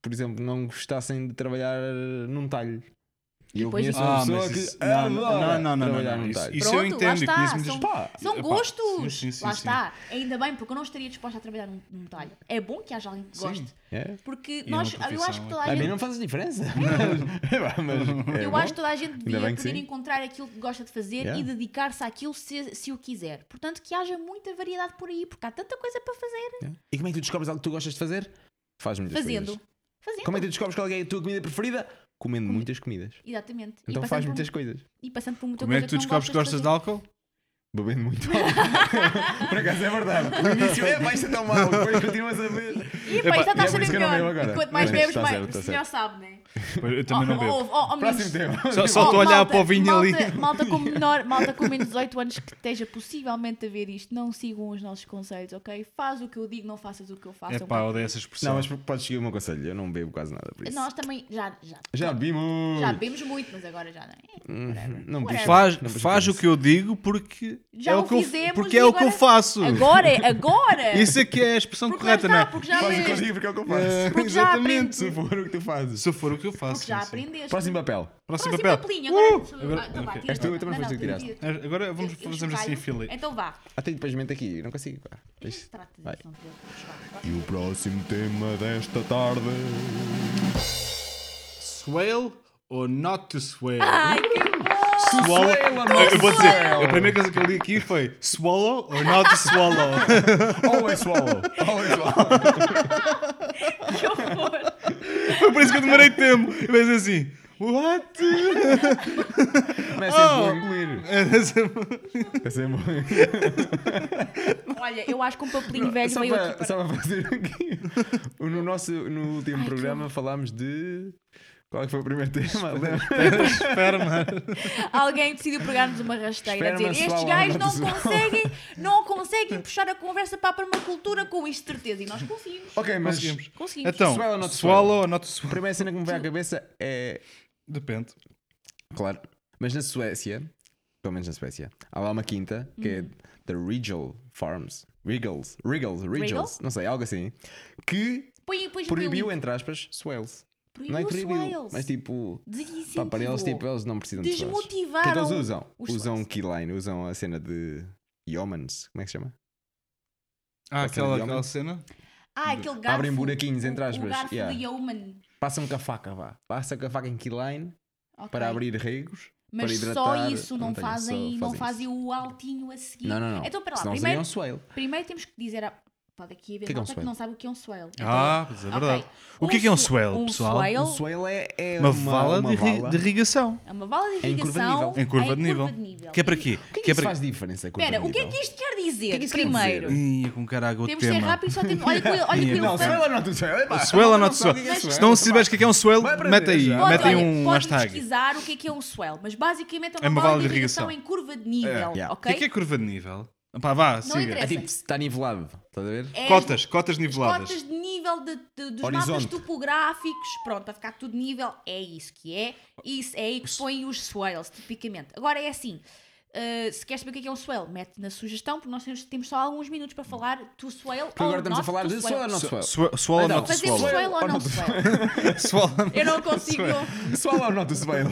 [SPEAKER 3] por exemplo, não gostassem de trabalhar num talho. E eu
[SPEAKER 1] Depois
[SPEAKER 3] conheço
[SPEAKER 1] disso-
[SPEAKER 3] uma
[SPEAKER 2] ah,
[SPEAKER 3] pessoa
[SPEAKER 2] mas
[SPEAKER 3] que
[SPEAKER 2] isso, não,
[SPEAKER 3] adora
[SPEAKER 2] não, não, não, não,
[SPEAKER 3] trabalhar
[SPEAKER 2] não,
[SPEAKER 3] num
[SPEAKER 2] isso-
[SPEAKER 3] talho.
[SPEAKER 2] isso eu
[SPEAKER 1] Pronto, lá
[SPEAKER 2] entendo e
[SPEAKER 1] está,
[SPEAKER 2] conheço muitas
[SPEAKER 1] são-
[SPEAKER 3] Pá,
[SPEAKER 1] São
[SPEAKER 2] Epá,
[SPEAKER 1] gostos!
[SPEAKER 2] sim, sim, sim,
[SPEAKER 1] Lá
[SPEAKER 2] sim.
[SPEAKER 1] está. Ainda bem, porque eu não estaria disposta a trabalhar num, num talho. É bom que haja alguém que
[SPEAKER 2] Sim.
[SPEAKER 1] goste.
[SPEAKER 3] É.
[SPEAKER 1] Porque
[SPEAKER 2] E é
[SPEAKER 1] nós,
[SPEAKER 2] uma
[SPEAKER 1] eu acho que toda a
[SPEAKER 3] A mim
[SPEAKER 1] gente.
[SPEAKER 3] não
[SPEAKER 2] *laughs*
[SPEAKER 3] faz diferença. *laughs* Mas- mas é
[SPEAKER 1] eu
[SPEAKER 3] bom.
[SPEAKER 1] acho que toda a gente devia
[SPEAKER 3] bem
[SPEAKER 1] poder
[SPEAKER 3] que sim.
[SPEAKER 1] encontrar aquilo que gosta de fazer
[SPEAKER 3] Yeah.
[SPEAKER 1] e dedicar-se àquilo se, se o quiser. Portanto, que haja muita variedade por aí, porque há tanta coisa para fazer.
[SPEAKER 3] E como é que tu descobres algo que tu gostas de fazer? Faz muitas
[SPEAKER 1] Fazendo.
[SPEAKER 3] coisas.
[SPEAKER 1] Fazendo.
[SPEAKER 3] Como é que tu descobres qual é a tua comida preferida? Comendo muitas comidas.
[SPEAKER 1] Exatamente.
[SPEAKER 3] Então
[SPEAKER 1] Hum. e,
[SPEAKER 3] faz
[SPEAKER 1] passando
[SPEAKER 3] muitas
[SPEAKER 1] por,
[SPEAKER 3] coisas.
[SPEAKER 1] e passando por muita
[SPEAKER 2] Como é
[SPEAKER 1] coisa
[SPEAKER 2] que tu
[SPEAKER 1] não
[SPEAKER 2] descobres que gostas de
[SPEAKER 1] fazer.
[SPEAKER 2] álcool?
[SPEAKER 3] Bebendo muito álcool. *laughs* Por acaso é verdade. No início é, vai ser tão mal, depois continuas a beber.
[SPEAKER 1] E
[SPEAKER 3] Epá,
[SPEAKER 1] pá, isso
[SPEAKER 3] e
[SPEAKER 1] está a
[SPEAKER 3] é por
[SPEAKER 1] saber
[SPEAKER 3] isso que eu não bebo
[SPEAKER 1] melhor.
[SPEAKER 3] agora.
[SPEAKER 1] E quanto mais
[SPEAKER 3] Mas
[SPEAKER 1] bebes,
[SPEAKER 3] está
[SPEAKER 1] mais
[SPEAKER 3] certo, está
[SPEAKER 1] melhor sabe, né? oh,
[SPEAKER 2] Eu também não bebo.
[SPEAKER 3] Próximo tema.
[SPEAKER 2] Só- só- estou a olhar para o vinho ali.
[SPEAKER 1] malta, Malta com,
[SPEAKER 3] *laughs*
[SPEAKER 1] menor, malta com menos 18 anos que esteja possivelmente a ver isto, não sigam os nossos conselhos, ok? Faz o que eu digo, não faças o que eu faço. um
[SPEAKER 2] É pá, odeio essa expressão.
[SPEAKER 3] Não, mas podes seguir o meu conselho. Eu não bebo quase nada por isso.
[SPEAKER 1] Nós também já, já,
[SPEAKER 3] Já bebimos.
[SPEAKER 1] já bebemos muito, mas agora já não é.
[SPEAKER 3] Não me
[SPEAKER 1] Whatever.
[SPEAKER 2] Faz,
[SPEAKER 3] não me
[SPEAKER 2] faz o que eu digo porque
[SPEAKER 1] Já
[SPEAKER 2] é
[SPEAKER 1] o
[SPEAKER 2] o que eu,
[SPEAKER 1] fizemos
[SPEAKER 2] porque
[SPEAKER 1] e
[SPEAKER 2] é o que
[SPEAKER 1] agora-
[SPEAKER 2] eu faço.
[SPEAKER 1] Agora é, agora!
[SPEAKER 2] Isso é que é a expressão
[SPEAKER 1] porque
[SPEAKER 2] correta,
[SPEAKER 1] lá
[SPEAKER 2] não
[SPEAKER 1] está,
[SPEAKER 2] é?
[SPEAKER 1] porque já
[SPEAKER 3] Faz o que eu
[SPEAKER 1] vês.
[SPEAKER 3] digo porque é o que eu faço.
[SPEAKER 1] Porque já
[SPEAKER 2] Exatamente.
[SPEAKER 3] Se for o que tu fazes.
[SPEAKER 2] Se for o que eu faço.
[SPEAKER 1] Porque já
[SPEAKER 2] sim, sim.
[SPEAKER 1] aprendeste.
[SPEAKER 3] Próximo papel.
[SPEAKER 2] Próximo
[SPEAKER 1] Próximo
[SPEAKER 2] papel.
[SPEAKER 1] papelinho, agora.
[SPEAKER 2] Uh! Agora-
[SPEAKER 1] Ah, então vá,
[SPEAKER 2] ok.
[SPEAKER 1] tira
[SPEAKER 3] És tu, eu
[SPEAKER 1] lá.
[SPEAKER 3] também
[SPEAKER 1] Não,
[SPEAKER 3] foste tu que
[SPEAKER 1] não,
[SPEAKER 3] tiraste.
[SPEAKER 1] tira, tira.
[SPEAKER 2] Agora Ah, vamos
[SPEAKER 1] Eu- eu
[SPEAKER 2] fazer assim em
[SPEAKER 1] espalho.
[SPEAKER 2] fila.
[SPEAKER 1] Então vá.
[SPEAKER 3] Até depois mente aqui. Não consigo. pá.
[SPEAKER 1] A gente trata
[SPEAKER 3] Vai.
[SPEAKER 1] disso, então, não te preocupes, vá.
[SPEAKER 3] E o próximo tema desta tarde.
[SPEAKER 2] Swale ou not to swale?
[SPEAKER 1] Ai, que bom!
[SPEAKER 2] Swallow-
[SPEAKER 3] swale or
[SPEAKER 2] Eu-
[SPEAKER 3] not
[SPEAKER 2] Eu vou
[SPEAKER 3] to
[SPEAKER 2] dizer,
[SPEAKER 3] swale?
[SPEAKER 2] a primeira coisa que eu li aqui foi swallow or not to *laughs* swallow.
[SPEAKER 3] Always é swallow. Always swallow.
[SPEAKER 1] Que horror!
[SPEAKER 2] foi por isso que eu demorei tempo. Eu pensei assim, what?
[SPEAKER 3] Começa a oh. engolir. É sempre bom.
[SPEAKER 1] Olha, eu acho que um papelinho velho
[SPEAKER 3] Só
[SPEAKER 1] veio
[SPEAKER 3] É para,
[SPEAKER 1] aqui.
[SPEAKER 3] só para fazer aqui. No, nosso, no último programa falámos de. Qual é que foi o primeiro tema? Lembra?
[SPEAKER 2] Esperma.
[SPEAKER 1] Alguém decidiu pegar-nos uma rasteira a dizer:
[SPEAKER 3] Esperma
[SPEAKER 1] estes
[SPEAKER 3] sual,
[SPEAKER 1] gajos não
[SPEAKER 3] sual."
[SPEAKER 1] conseguem, não conseguem puxar a conversa para a permacultura com isto de certeza. E nós conseguimos.
[SPEAKER 3] ok, mas.
[SPEAKER 2] Conseguimos.
[SPEAKER 1] Conseguimos.
[SPEAKER 2] Então,
[SPEAKER 3] Swallow or not to
[SPEAKER 2] swallow or not to
[SPEAKER 3] A
[SPEAKER 2] swallow?
[SPEAKER 3] primeira cena que me veio à cabeça é.
[SPEAKER 2] Depende.
[SPEAKER 3] Claro. Mas na Suécia, pelo menos na Suécia, há lá uma quinta que é The Regal Farms. Regals, Regals, Regals,
[SPEAKER 1] Regal?
[SPEAKER 3] não sei, algo assim, que
[SPEAKER 1] põe, põe
[SPEAKER 3] proibiu, entre aspas, swales. Não é que proibiu, mas tipo, pá, para eles, tipo, eles não precisam de swales. O que é que
[SPEAKER 1] Desmotivaram.
[SPEAKER 3] eles usam?
[SPEAKER 1] os
[SPEAKER 3] Usam
[SPEAKER 1] swales.
[SPEAKER 3] keyline, usam a cena de Yeomans, como é que se chama?
[SPEAKER 2] Ah,
[SPEAKER 3] Pode ser de
[SPEAKER 2] aquela, aquela
[SPEAKER 3] homem?
[SPEAKER 2] cena?
[SPEAKER 1] Ah, aquele garfo.
[SPEAKER 3] Abrem buraquinhos, entre
[SPEAKER 1] o-
[SPEAKER 3] aspas,
[SPEAKER 1] O garfo
[SPEAKER 3] yeah.
[SPEAKER 1] de Yeoman.
[SPEAKER 3] Passam com a faca, vá. Passam com a faca em keyline
[SPEAKER 1] Ok.
[SPEAKER 3] para abrir regos. para
[SPEAKER 1] Mas só
[SPEAKER 3] hidratar,
[SPEAKER 1] isso, não
[SPEAKER 3] não tenho,
[SPEAKER 1] fazem,
[SPEAKER 3] só
[SPEAKER 1] não
[SPEAKER 3] fazem
[SPEAKER 1] fazem o altinho a seguir.
[SPEAKER 3] Não, não, não.
[SPEAKER 1] Então, pera lá,
[SPEAKER 3] Senão
[SPEAKER 1] primeiro,
[SPEAKER 3] seriam swale.
[SPEAKER 1] primeiro temos que dizer. A... Pode aqui haver
[SPEAKER 3] Que que é um
[SPEAKER 1] malta que
[SPEAKER 3] swale?
[SPEAKER 1] não sabe o que é um swale. Então,
[SPEAKER 2] Ah, pois é
[SPEAKER 1] ok.
[SPEAKER 2] verdade. O que é que é um
[SPEAKER 1] swa-
[SPEAKER 2] swale,
[SPEAKER 1] um
[SPEAKER 2] pessoal?
[SPEAKER 1] swale
[SPEAKER 3] O swale é, é
[SPEAKER 2] Uma, vala, de, ri-
[SPEAKER 3] vala.
[SPEAKER 2] de irrigação.
[SPEAKER 1] é uma vala de
[SPEAKER 3] Em curva de
[SPEAKER 1] irrigação.
[SPEAKER 3] nível.
[SPEAKER 2] Em curva, de, nível. Que é para quê?
[SPEAKER 3] O que é que
[SPEAKER 2] é
[SPEAKER 3] isso
[SPEAKER 2] para...
[SPEAKER 3] faz diferença? curva
[SPEAKER 1] Espera,
[SPEAKER 3] de
[SPEAKER 1] o que é
[SPEAKER 3] nível?
[SPEAKER 1] que isto quer dizer?
[SPEAKER 3] que isso quer
[SPEAKER 1] primeiro,
[SPEAKER 3] dizer?
[SPEAKER 2] Ih, com carago o
[SPEAKER 1] temos que ser
[SPEAKER 2] tema.
[SPEAKER 1] rápido e só temos.
[SPEAKER 2] *laughs*
[SPEAKER 1] Olha que olha que
[SPEAKER 2] Ih, não,
[SPEAKER 1] elefante.
[SPEAKER 2] swale
[SPEAKER 3] ou não tu swale?
[SPEAKER 2] Swell ou é not swell? Se não souberes o que é que é um swell,
[SPEAKER 3] Vai aprender
[SPEAKER 2] mete aí,
[SPEAKER 3] já.
[SPEAKER 1] Pode,
[SPEAKER 2] mete aí
[SPEAKER 1] olha,
[SPEAKER 2] um
[SPEAKER 1] pode
[SPEAKER 2] hashtag.
[SPEAKER 1] pesquisar o que é que é um swell, mas basicamente é uma,
[SPEAKER 2] É uma
[SPEAKER 1] vala
[SPEAKER 2] vala
[SPEAKER 1] de
[SPEAKER 2] de
[SPEAKER 1] irrigação,
[SPEAKER 2] irrigação.
[SPEAKER 1] em curva de nível,
[SPEAKER 3] yeah.
[SPEAKER 2] O que
[SPEAKER 1] ok?
[SPEAKER 2] é que é curva de nível? Pá, vá, siga.
[SPEAKER 1] interessa.
[SPEAKER 3] É tipo, está nivelado, estás a ver?
[SPEAKER 1] É as
[SPEAKER 2] Cotas, cotas niveladas.
[SPEAKER 1] cotas de nível de, de- dos mapas
[SPEAKER 3] Horizonte.
[SPEAKER 1] topográficos, pronto, vai ficar tudo nível, é isso que é. Isso é aí que se põem os swales, tipicamente. Agora é assim, uh, se queres saber o que é, que é um swale, mete na sugestão, porque nós temos, temos só alguns minutos para falar do swale
[SPEAKER 3] Porque
[SPEAKER 1] ou
[SPEAKER 3] agora estamos
[SPEAKER 1] not
[SPEAKER 3] a falar
[SPEAKER 1] to
[SPEAKER 3] de swell ou not swell?
[SPEAKER 2] Swe- Swell ou
[SPEAKER 3] Então,
[SPEAKER 2] é not
[SPEAKER 3] mas
[SPEAKER 2] swell?
[SPEAKER 1] Fazer
[SPEAKER 3] isso-
[SPEAKER 1] swale ou
[SPEAKER 3] Ou
[SPEAKER 1] não
[SPEAKER 3] not
[SPEAKER 1] swale?
[SPEAKER 2] Swell ou not-
[SPEAKER 1] Eu não consigo.
[SPEAKER 3] Swell ou é not swell?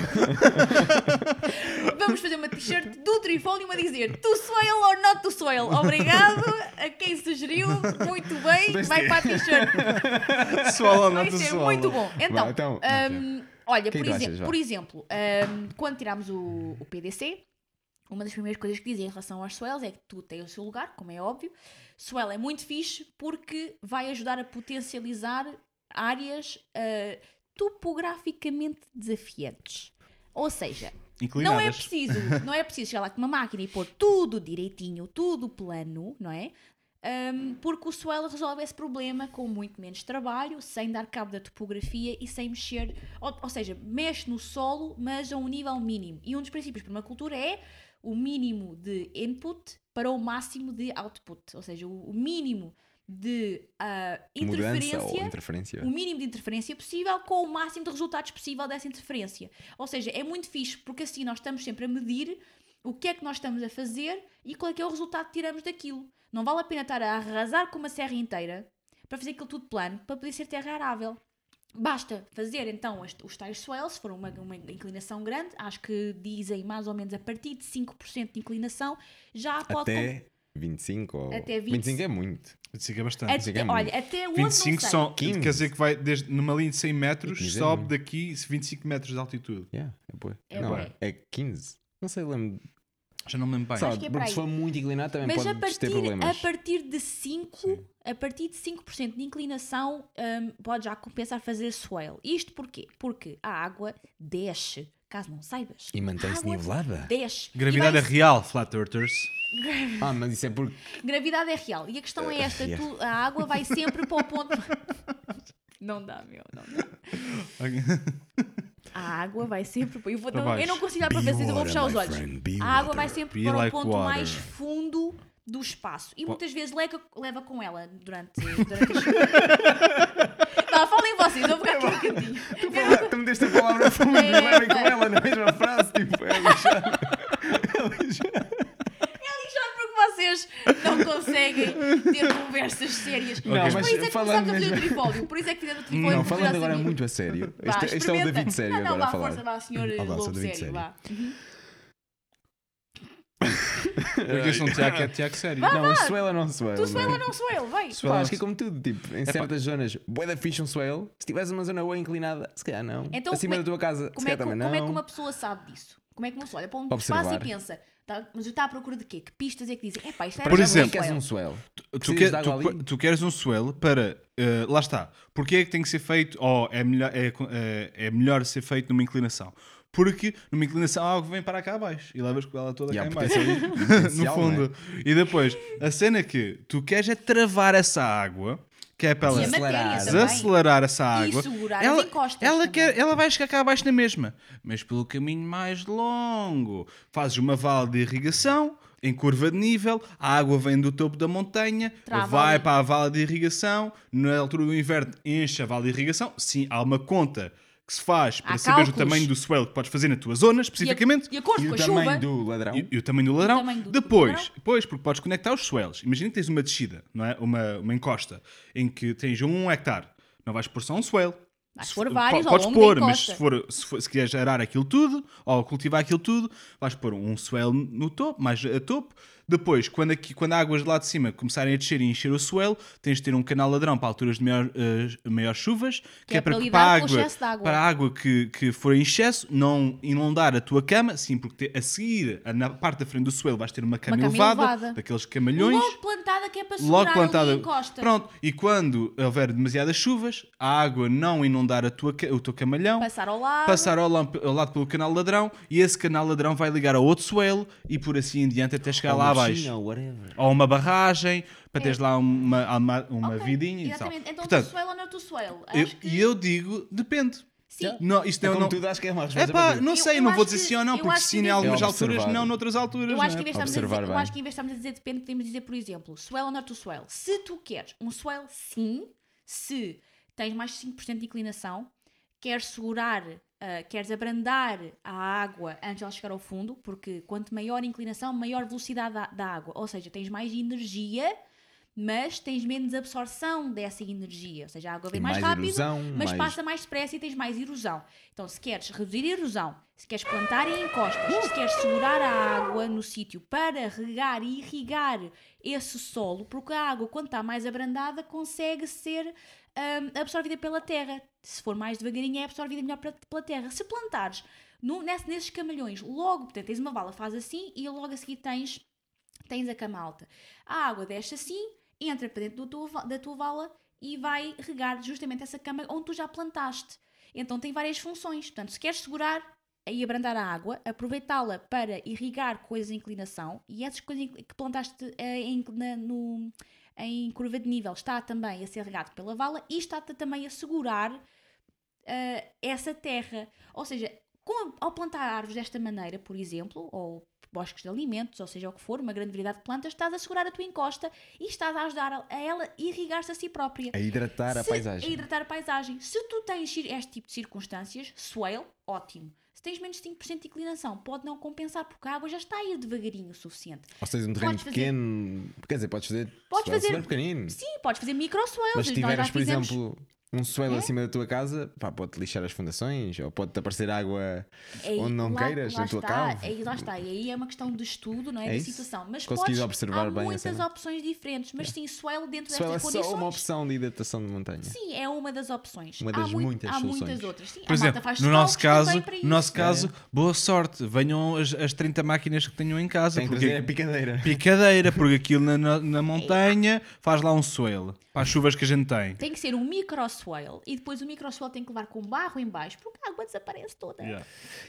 [SPEAKER 1] Vamos fazer uma t-shirt do Trifólio a dizer tu swale ou not tu swale. Obrigado a quem sugeriu. Muito bem. Vai para a t-shirt.
[SPEAKER 2] Swell ou
[SPEAKER 1] Vai
[SPEAKER 2] not
[SPEAKER 1] ser
[SPEAKER 2] swell?
[SPEAKER 1] muito bom. Então,
[SPEAKER 3] Vá, então,
[SPEAKER 1] hum, olha,
[SPEAKER 3] Quem
[SPEAKER 1] por,
[SPEAKER 3] tu
[SPEAKER 1] exe-
[SPEAKER 3] achas, vá?
[SPEAKER 1] por exemplo, hum, quando tirámos o, o PDC, uma das primeiras coisas que dizem em relação aos swells é que tu tem o seu lugar, como é óbvio. Swell é muito fixe porque vai ajudar a potencializar áreas ah, topograficamente desafiantes. Ou seja, não é
[SPEAKER 2] Inclinadas.
[SPEAKER 1] preciso, não é preciso chegar lá com uma máquina e pôr tudo direitinho, tudo plano, não é? Ahm, porque o swell resolve esse problema com muito menos trabalho, sem dar cabo da topografia e sem mexer, ou, ou seja, mexe no solo, mas a um nível mínimo. E um dos princípios para uma cultura é o mínimo de input para o máximo de output, ou seja, o, o mínimo de ah, interferência
[SPEAKER 3] Mudança ou interferência?
[SPEAKER 1] o mínimo de interferência possível com o máximo de resultados possível dessa interferência. Ou seja, é muito fixe porque assim nós estamos sempre a medir o que é que nós estamos a fazer e qual é que é o resultado que tiramos daquilo. Não vale a pena estar a arrasar com uma serra inteira para fazer aquilo tudo plano para poder ser terra arável. Basta fazer então as- os tais swales, se for uma, uma inclinação grande, acho que dizem mais ou menos a partir de 5% de inclinação, já pode. com-
[SPEAKER 3] Até 25 ou...
[SPEAKER 1] Até 20.
[SPEAKER 3] 25 é muito.
[SPEAKER 2] Isso é bastante.
[SPEAKER 1] até,
[SPEAKER 3] é muito.
[SPEAKER 1] olha, até onde não
[SPEAKER 2] 25
[SPEAKER 1] sei.
[SPEAKER 2] são,
[SPEAKER 3] 15.
[SPEAKER 2] quer dizer que vai desde, numa linha de 100 metros,
[SPEAKER 3] Quinze é
[SPEAKER 2] sobe
[SPEAKER 3] muito.
[SPEAKER 2] daqui 25 metros de altitude.
[SPEAKER 3] Yeah, é boa.
[SPEAKER 1] É
[SPEAKER 3] não,
[SPEAKER 1] bué.
[SPEAKER 3] é 15. Não sei, lembro.
[SPEAKER 2] Já não me lembro bem.
[SPEAKER 3] Sabe,
[SPEAKER 1] que é para
[SPEAKER 3] porque
[SPEAKER 1] aí.
[SPEAKER 3] se for muito inclinado também
[SPEAKER 1] Mas a
[SPEAKER 3] pode ter
[SPEAKER 1] partir, a
[SPEAKER 3] problemas.
[SPEAKER 1] partir de 5%, a partir de 5% de inclinação, hum, pode já compensar fazer swale. Isto porquê? Porque a água desce caso não saibas.
[SPEAKER 3] E mantém-se
[SPEAKER 1] a água
[SPEAKER 3] nivelada.
[SPEAKER 1] Desce. e
[SPEAKER 2] Gravidade é
[SPEAKER 1] vai-
[SPEAKER 2] real, Flat *laughs* Earthers.
[SPEAKER 3] Ah, mas isso é porque. *laughs*
[SPEAKER 1] Gravidade é real. E a questão é esta:
[SPEAKER 3] real.
[SPEAKER 1] tu- a água vai sempre para o
[SPEAKER 3] *laughs*
[SPEAKER 1] ponto. *laughs* Não dá, meu, não dá. A água vai sempre para. Eu, vou,
[SPEAKER 2] Para
[SPEAKER 1] não, eu não
[SPEAKER 2] baixo.
[SPEAKER 1] consigo olhar para ver se eu vou
[SPEAKER 3] water,
[SPEAKER 1] fechar os
[SPEAKER 3] my
[SPEAKER 1] olhos.
[SPEAKER 3] friend, be
[SPEAKER 1] a água
[SPEAKER 3] water.
[SPEAKER 1] vai sempre
[SPEAKER 2] Be
[SPEAKER 1] para
[SPEAKER 2] like
[SPEAKER 1] o ponto
[SPEAKER 2] water.
[SPEAKER 1] mais fundo do espaço. E muitas vezes leca- leva com ela durante, durante
[SPEAKER 2] *laughs*
[SPEAKER 1] a chuva. Tá, falem vocês, eu vou ficar aqui um bocadinho.
[SPEAKER 3] Ah, Tu me deste a palavra fome
[SPEAKER 1] É,
[SPEAKER 3] e com
[SPEAKER 1] pá.
[SPEAKER 3] ela na mesma frase. Tipo, é lixado. É lixado.
[SPEAKER 1] Lixado porque vocês não conseguem ter conversas sérias. mas,
[SPEAKER 3] mas
[SPEAKER 1] por isso é que
[SPEAKER 3] falando
[SPEAKER 1] começámos a fazer o
[SPEAKER 3] mesmo-
[SPEAKER 1] tripólio. Por isso é que fizemos o tripólio.
[SPEAKER 3] Não,
[SPEAKER 1] porque
[SPEAKER 3] falando
[SPEAKER 1] já
[SPEAKER 3] agora é
[SPEAKER 1] sabíamos.
[SPEAKER 3] muito a sério.
[SPEAKER 1] Vá,
[SPEAKER 3] Este, este é o
[SPEAKER 1] experimenta.
[SPEAKER 3] David sério
[SPEAKER 1] não, não,
[SPEAKER 3] agora
[SPEAKER 1] vá,
[SPEAKER 3] a falar.
[SPEAKER 1] Força, vá, senhor
[SPEAKER 3] Ah, vá, sou
[SPEAKER 1] Lobo
[SPEAKER 3] David
[SPEAKER 1] sério,
[SPEAKER 3] sério.
[SPEAKER 1] vá.
[SPEAKER 2] Porque este é um Tiago que é Tiago sério.
[SPEAKER 3] Não, um swale ou não swale?
[SPEAKER 1] Tu sou ele ou não sou ele? Vai.
[SPEAKER 3] Pá, acho que é como tudo, tipo, em certas zonas, bué da fixe um swale. Se tiveres uma zona boa inclinada, se calhar não.
[SPEAKER 1] Então,
[SPEAKER 3] Acima
[SPEAKER 1] como é-
[SPEAKER 3] da tua casa, se
[SPEAKER 1] Como é,
[SPEAKER 3] calhar
[SPEAKER 1] que,
[SPEAKER 3] também
[SPEAKER 1] como é que
[SPEAKER 3] não.
[SPEAKER 1] uma pessoa sabe disso? Como é que uma pessoa olha para um
[SPEAKER 3] Observar.
[SPEAKER 1] espaço e pensa, tá, mas eu estou à procura de quê? Que pistas é que dizem? Epá, isto é
[SPEAKER 2] Por
[SPEAKER 1] um
[SPEAKER 2] exemplo-
[SPEAKER 1] swell."
[SPEAKER 3] queres um swale?
[SPEAKER 2] Tu,
[SPEAKER 3] Precisas
[SPEAKER 2] quer-
[SPEAKER 3] de água
[SPEAKER 2] tu-
[SPEAKER 3] ali?
[SPEAKER 2] tu queres um swell para. eh, lá está. Porquê é que tem que ser feito? Ou é melhor, é, co- eh, é melhor ser feito numa inclinação? Porque numa inclinação há algo que vem para cá abaixo e levas com ela toda
[SPEAKER 3] E há um
[SPEAKER 2] cá em baixo. no *laughs*
[SPEAKER 3] potencial, é?
[SPEAKER 2] fundo. E depois, a cena que tu queres é travar essa água, que é para ela
[SPEAKER 1] E a matéria
[SPEAKER 3] Desacelerar.
[SPEAKER 1] também.
[SPEAKER 2] desacelerar essa água.
[SPEAKER 1] segurar as
[SPEAKER 2] ela,
[SPEAKER 1] encostas
[SPEAKER 2] ela,
[SPEAKER 1] também.
[SPEAKER 2] quer, ela vai chegar cá abaixo na mesma, mas pelo caminho mais longo. Fazes uma vala de irrigação em curva de nível, a água vem do topo da montanha,
[SPEAKER 1] Trava
[SPEAKER 2] vai
[SPEAKER 1] ali.
[SPEAKER 2] para a vala de irrigação, na altura do inverno enche a vala de irrigação. Sim, há uma conta que se faz para
[SPEAKER 1] Há
[SPEAKER 2] saber o
[SPEAKER 1] cálculos.
[SPEAKER 2] tamanho do swell que podes fazer na tua zona,
[SPEAKER 1] E a-
[SPEAKER 2] especificamente.
[SPEAKER 1] E acordo
[SPEAKER 3] E
[SPEAKER 1] com
[SPEAKER 3] o
[SPEAKER 1] a chuva.
[SPEAKER 3] tamanho do ladrão.
[SPEAKER 2] E, e o tamanho do ladrão.
[SPEAKER 1] tamanho do- do
[SPEAKER 2] depois,
[SPEAKER 1] ladrão.
[SPEAKER 2] depois, porque podes conectar os swells. Imagina que tens uma descida, não é? Uma, uma encosta, em que tens um hectare. Não vais pôr só um swell.
[SPEAKER 1] Vais pôr
[SPEAKER 2] Se-
[SPEAKER 1] vários
[SPEAKER 2] po-
[SPEAKER 1] ao
[SPEAKER 2] Podes
[SPEAKER 1] longo da
[SPEAKER 2] pôr, mas
[SPEAKER 1] encosta.
[SPEAKER 2] se, for, se, for, se quiseres arar aquilo tudo, ou cultivar aquilo tudo, vais pôr um swell no topo, mais a topo. Depois, quando, aqui, quando a água de lá de cima começarem a descer e encher o swell, tens de ter um canal ladrão para alturas de maior, eh, maiores chuvas, que,
[SPEAKER 1] é para
[SPEAKER 2] que-
[SPEAKER 1] lidar
[SPEAKER 2] a
[SPEAKER 1] com o excesso de água.
[SPEAKER 2] para a água que, que for em excesso não inundar a tua cama, sim, porque te- a seguir, a- na parte da frente do suelo, vais ter uma cama,
[SPEAKER 1] cama
[SPEAKER 2] elevada,
[SPEAKER 1] elevada.
[SPEAKER 2] daqueles camalhões,
[SPEAKER 1] Logo plantada que é para segurar
[SPEAKER 2] logo
[SPEAKER 1] ali a
[SPEAKER 2] plantada.
[SPEAKER 1] encosta.
[SPEAKER 2] Pronto, e quando houver demasiadas chuvas, a água não inundar a tua, ca- o teu camalhão,
[SPEAKER 1] Passar ao lado.
[SPEAKER 2] passar ao, lam- ao lado pelo canal ladrão, e esse canal ladrão vai ligar a outro suelo e por assim em diante até chegar lá abaixo.
[SPEAKER 3] é
[SPEAKER 2] Ou uma barragem, para teres lá uma, uma, uma
[SPEAKER 1] É. Ok,
[SPEAKER 2] vidinha e tal.
[SPEAKER 1] Exatamente. Então tu
[SPEAKER 2] Portanto,
[SPEAKER 1] swell ou não tu swell?
[SPEAKER 2] eu-
[SPEAKER 1] Acho que...
[SPEAKER 2] e eu digo, depende.
[SPEAKER 1] Sim.
[SPEAKER 2] Não, isto
[SPEAKER 3] É
[SPEAKER 2] não,
[SPEAKER 3] como
[SPEAKER 2] não,
[SPEAKER 3] tudo, acho que é uma
[SPEAKER 2] É
[SPEAKER 3] resposta.
[SPEAKER 2] pá,
[SPEAKER 3] para
[SPEAKER 2] não
[SPEAKER 1] Eu-
[SPEAKER 2] sei,
[SPEAKER 1] eu
[SPEAKER 2] não vou
[SPEAKER 1] acho
[SPEAKER 2] dizer
[SPEAKER 1] que-
[SPEAKER 2] sim ou
[SPEAKER 1] eu
[SPEAKER 2] não, porque
[SPEAKER 1] acho que
[SPEAKER 2] sim em
[SPEAKER 1] nem-
[SPEAKER 2] algumas
[SPEAKER 3] É
[SPEAKER 2] alturas,
[SPEAKER 3] observar.
[SPEAKER 2] não noutras alturas.
[SPEAKER 1] Eu
[SPEAKER 2] não
[SPEAKER 1] acho
[SPEAKER 2] é?
[SPEAKER 1] que em vez de estarmos a
[SPEAKER 3] Observar
[SPEAKER 1] dizer, eu
[SPEAKER 3] bem.
[SPEAKER 1] acho que em vez de estarmos a dizer depende, podemos dizer, por exemplo, swell ou not to swell. Se tu queres um swell, sim. Se tens mais de 5% de inclinação, queres segurar, ah, queres abrandar a água antes de ela chegar ao fundo, porque quanto maior a inclinação, maior velocidade da, da água. Ou seja, tens mais energia, mas tens menos absorção dessa energia. Ou seja, a água vem
[SPEAKER 3] Tem
[SPEAKER 1] mais,
[SPEAKER 3] mais
[SPEAKER 1] rápido,
[SPEAKER 3] erosão,
[SPEAKER 1] mas
[SPEAKER 3] mais-
[SPEAKER 1] passa mais depressa e tens mais erosão. Então, se queres reduzir a erosão, se queres plantar em encostas, se queres segurar a água no sítio para regar e irrigar esse solo, porque a água, quando está mais abrandada, consegue ser hum, absorvida pela terra. Se for mais devagarinho, é absorvida melhor pela- pela terra. Se plantares no- nesse- nesses camalhões, logo, portanto, tens uma vala, faz assim e logo a seguir tens tens a cama alta. A água desce assim, entra para dentro do teu va- da tua vala e vai regar justamente essa cama onde tu já plantaste. Então tem várias funções. Portanto, se queres segurar e abrandar a água, aproveitá-la para irrigar coisas em inclinação e essas coisas em- que plantaste eh, em, na- no- em curva de nível está também a ser regado pela vala e está também a segurar eh, essa terra. Ou seja, com- ao plantar árvores desta maneira, por exemplo, ou bosques de alimentos, ou seja o que for, uma grande variedade de plantas, estás a segurar a tua encosta e estás a ajudar a, a ela irrigar-se a si própria.
[SPEAKER 3] A hidratar a
[SPEAKER 1] Se-
[SPEAKER 3] paisagem.
[SPEAKER 1] A hidratar a paisagem. Se tu tens ci- este tipo de circunstâncias, swale, ótimo. Se tens menos de 5% de inclinação, pode não compensar, porque a água já está a ir devagarinho o suficiente.
[SPEAKER 3] Ou seja, um terreno
[SPEAKER 1] Podes fazer-
[SPEAKER 3] pequeno. Quer dizer, podes fazer.
[SPEAKER 1] Podes
[SPEAKER 3] swale
[SPEAKER 1] fazer-
[SPEAKER 3] super pequenino.
[SPEAKER 1] Sim, podes fazer micro swales.
[SPEAKER 3] Mas se
[SPEAKER 1] nós já
[SPEAKER 3] tiveres, por
[SPEAKER 1] fizemos- É?
[SPEAKER 3] exemplo, um swell acima da tua casa, pá, pode-te lixar as fundações, ou pode-te aparecer água
[SPEAKER 1] Aí,
[SPEAKER 3] onde não
[SPEAKER 1] É lá-
[SPEAKER 3] queiras,
[SPEAKER 1] lá
[SPEAKER 3] na tua
[SPEAKER 1] está,
[SPEAKER 3] cave.
[SPEAKER 1] Aí, lá está, e aí é uma questão de estudo, não é?
[SPEAKER 3] É
[SPEAKER 1] da
[SPEAKER 3] isso.
[SPEAKER 1] situação. Mas
[SPEAKER 3] Conseguires
[SPEAKER 1] podes,
[SPEAKER 3] observar
[SPEAKER 1] há
[SPEAKER 3] bem a
[SPEAKER 1] muitas
[SPEAKER 3] cena.
[SPEAKER 1] opções diferentes, mas sim, swell dentro
[SPEAKER 3] Swell é
[SPEAKER 1] destas
[SPEAKER 3] só
[SPEAKER 1] condições.
[SPEAKER 3] uma opção de hidratação de montanha.
[SPEAKER 1] Sim, é uma das opções.
[SPEAKER 3] Uma
[SPEAKER 1] Há
[SPEAKER 3] das
[SPEAKER 1] mui-
[SPEAKER 3] muitas
[SPEAKER 1] Há muitas
[SPEAKER 3] soluções.
[SPEAKER 1] outras. Sim,
[SPEAKER 2] Por
[SPEAKER 1] a malta
[SPEAKER 2] exemplo,
[SPEAKER 1] faz
[SPEAKER 2] no nosso
[SPEAKER 1] scouts também
[SPEAKER 2] caso,
[SPEAKER 1] para
[SPEAKER 2] no nosso
[SPEAKER 1] isso.
[SPEAKER 2] caso, boa sorte. Venham as, as 30 máquinas que tenham em casa.
[SPEAKER 3] Tem que
[SPEAKER 2] porque é
[SPEAKER 3] trazer a é picadeira.
[SPEAKER 2] picadeira,
[SPEAKER 1] É.
[SPEAKER 2] porque aquilo na, na, na montanha faz lá um suelo. Para as chuvas que a gente tem.
[SPEAKER 1] Tem que ser um micro swale e depois o micro swale tem que levar com um barro em baixo porque a água desaparece toda.
[SPEAKER 2] Yeah.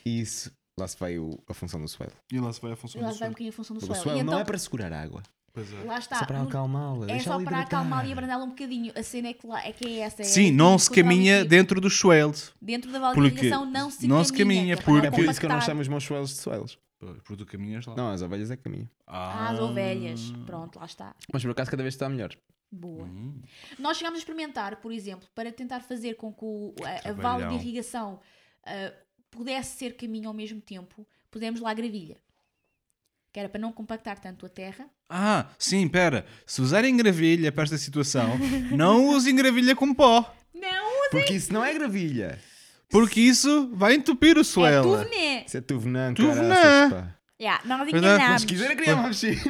[SPEAKER 3] E isso, lá se vai o- a função do swell.
[SPEAKER 2] E lá se vai a
[SPEAKER 1] E
[SPEAKER 2] função
[SPEAKER 1] lá
[SPEAKER 2] do
[SPEAKER 1] vai um
[SPEAKER 2] suor.
[SPEAKER 1] bocadinho a função do
[SPEAKER 3] O
[SPEAKER 1] swale.
[SPEAKER 3] swell
[SPEAKER 1] e
[SPEAKER 3] não
[SPEAKER 1] então,
[SPEAKER 3] é para segurar a água.
[SPEAKER 2] Pois é.
[SPEAKER 1] lá está.
[SPEAKER 3] só para
[SPEAKER 1] no-
[SPEAKER 3] acalmá-la.
[SPEAKER 1] é
[SPEAKER 3] deixa
[SPEAKER 1] só
[SPEAKER 3] ali
[SPEAKER 1] para acalmá-la e
[SPEAKER 3] hidratar.
[SPEAKER 1] abrandá-la um bocadinho. A cena é que lá é que é essa. é
[SPEAKER 2] Sim, não se
[SPEAKER 1] encontrar o
[SPEAKER 2] caminha
[SPEAKER 1] equilíbrio.
[SPEAKER 2] dentro do swell.
[SPEAKER 1] Dentro da
[SPEAKER 2] Porque
[SPEAKER 1] valorização não se
[SPEAKER 2] não se caminha,
[SPEAKER 1] caminha. que é para
[SPEAKER 2] porque-
[SPEAKER 3] É por isso que eu não
[SPEAKER 1] compactar.
[SPEAKER 3] chamo os meus swells de swells.
[SPEAKER 2] Porque tu caminhas lá.
[SPEAKER 3] Não, as ovelhas é caminho.
[SPEAKER 1] Ah, as ovelhas. Pronto, lá está.
[SPEAKER 3] Mas por acaso cada vez está melhor.
[SPEAKER 2] Ah,
[SPEAKER 1] Boa. Nós chegámos a experimentar, por exemplo, para tentar fazer com que o, a, a
[SPEAKER 2] Trabalhão.
[SPEAKER 1] válvula de irrigação ah, pudesse ser caminho ao mesmo tempo, pusemos lá a gravilha. Que era para não compactar tanto a terra.
[SPEAKER 2] Ah, sim, pera. Se usarem gravilha para esta situação, não usem gravilha com pó.
[SPEAKER 1] Não!
[SPEAKER 3] Porque isso não é gravilha.
[SPEAKER 2] Porque isso vai entupir o
[SPEAKER 1] É
[SPEAKER 2] suelo.
[SPEAKER 1] tudo, né?
[SPEAKER 3] Isso é tuvenã,
[SPEAKER 2] Tuvenã.
[SPEAKER 3] caraças, pá.
[SPEAKER 1] Yeah, nós
[SPEAKER 2] Verdade, mas
[SPEAKER 1] enganámos.
[SPEAKER 3] Se quiser, criar uma piscina.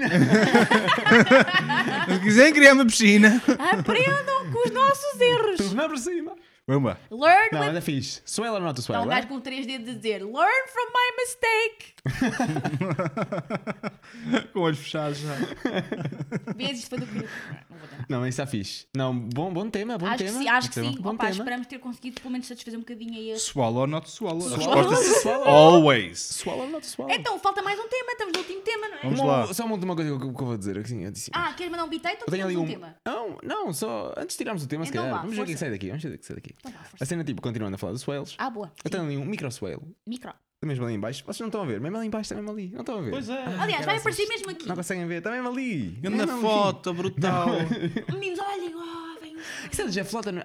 [SPEAKER 2] Se quiserem criar uma piscina,
[SPEAKER 1] Aprendam com os nossos erros.
[SPEAKER 3] *laughs* tuvenã por cima.
[SPEAKER 2] vamos lá.
[SPEAKER 1] Learn
[SPEAKER 3] *laughs* Não,
[SPEAKER 1] with...
[SPEAKER 3] ainda fiz. Swell ou not a
[SPEAKER 1] Está
[SPEAKER 3] swell?
[SPEAKER 1] um
[SPEAKER 3] é?
[SPEAKER 1] gajo com três dedos a dizer Learn from my mistake.
[SPEAKER 2] Com olhos fechados já.
[SPEAKER 1] Vês isto foi do que... Não vou dar.
[SPEAKER 3] Não, isso está fixe. Não, bom, bom tema, bom
[SPEAKER 1] Acho que
[SPEAKER 3] tema.
[SPEAKER 1] sim, acho que
[SPEAKER 2] Bom
[SPEAKER 1] sim.
[SPEAKER 3] tema.
[SPEAKER 1] Opa,
[SPEAKER 3] Bom tema.
[SPEAKER 1] esperamos ter conseguido pelo menos satisfazer um bocadinho aí a
[SPEAKER 2] Swallow or not swallow. A
[SPEAKER 1] *laughs*
[SPEAKER 3] Swallow.
[SPEAKER 2] resposta
[SPEAKER 3] Swallow.
[SPEAKER 2] é always.
[SPEAKER 3] Swell ou é not swell?
[SPEAKER 1] Então, falta mais um tema, estamos no último tema, não é?
[SPEAKER 2] Vamos
[SPEAKER 3] Uma-
[SPEAKER 2] lá.
[SPEAKER 3] Só uma última coisa que eu, que eu vou dizer. Assim, eu disse,
[SPEAKER 1] Ah, queres mandar um bitaito ou
[SPEAKER 3] eu tenho
[SPEAKER 1] temos
[SPEAKER 3] ali
[SPEAKER 1] um,
[SPEAKER 3] um.
[SPEAKER 1] tema?
[SPEAKER 3] Não, não, só antes de tirarmos o tema, se
[SPEAKER 1] Então
[SPEAKER 3] calhar.
[SPEAKER 1] vá,
[SPEAKER 3] vamos ver o que é que
[SPEAKER 1] força.
[SPEAKER 3] sai daqui. Vamos ver o que é que sai daqui.
[SPEAKER 1] Então vá, força.
[SPEAKER 3] A cena, tipo, continuando a falar dos swells.
[SPEAKER 1] Ah, boa.
[SPEAKER 3] Eu tenho ali um micro swell.
[SPEAKER 1] Micro.
[SPEAKER 3] Mesmo ali em baixo. Vocês não estão a ver. Mesmo ali em baixo, está mesmo ali. Não estão a ver.
[SPEAKER 2] Pois é.
[SPEAKER 1] Aliás, vai
[SPEAKER 3] caraças.
[SPEAKER 1] aparecer mesmo aqui.
[SPEAKER 3] Não conseguem ver. Está mesmo ali. Está
[SPEAKER 2] Grande
[SPEAKER 3] mesmo ali.
[SPEAKER 2] foto, brutal.
[SPEAKER 1] Meninos, olhem, oh, vem.
[SPEAKER 3] Isso é do Jeff Lotta, não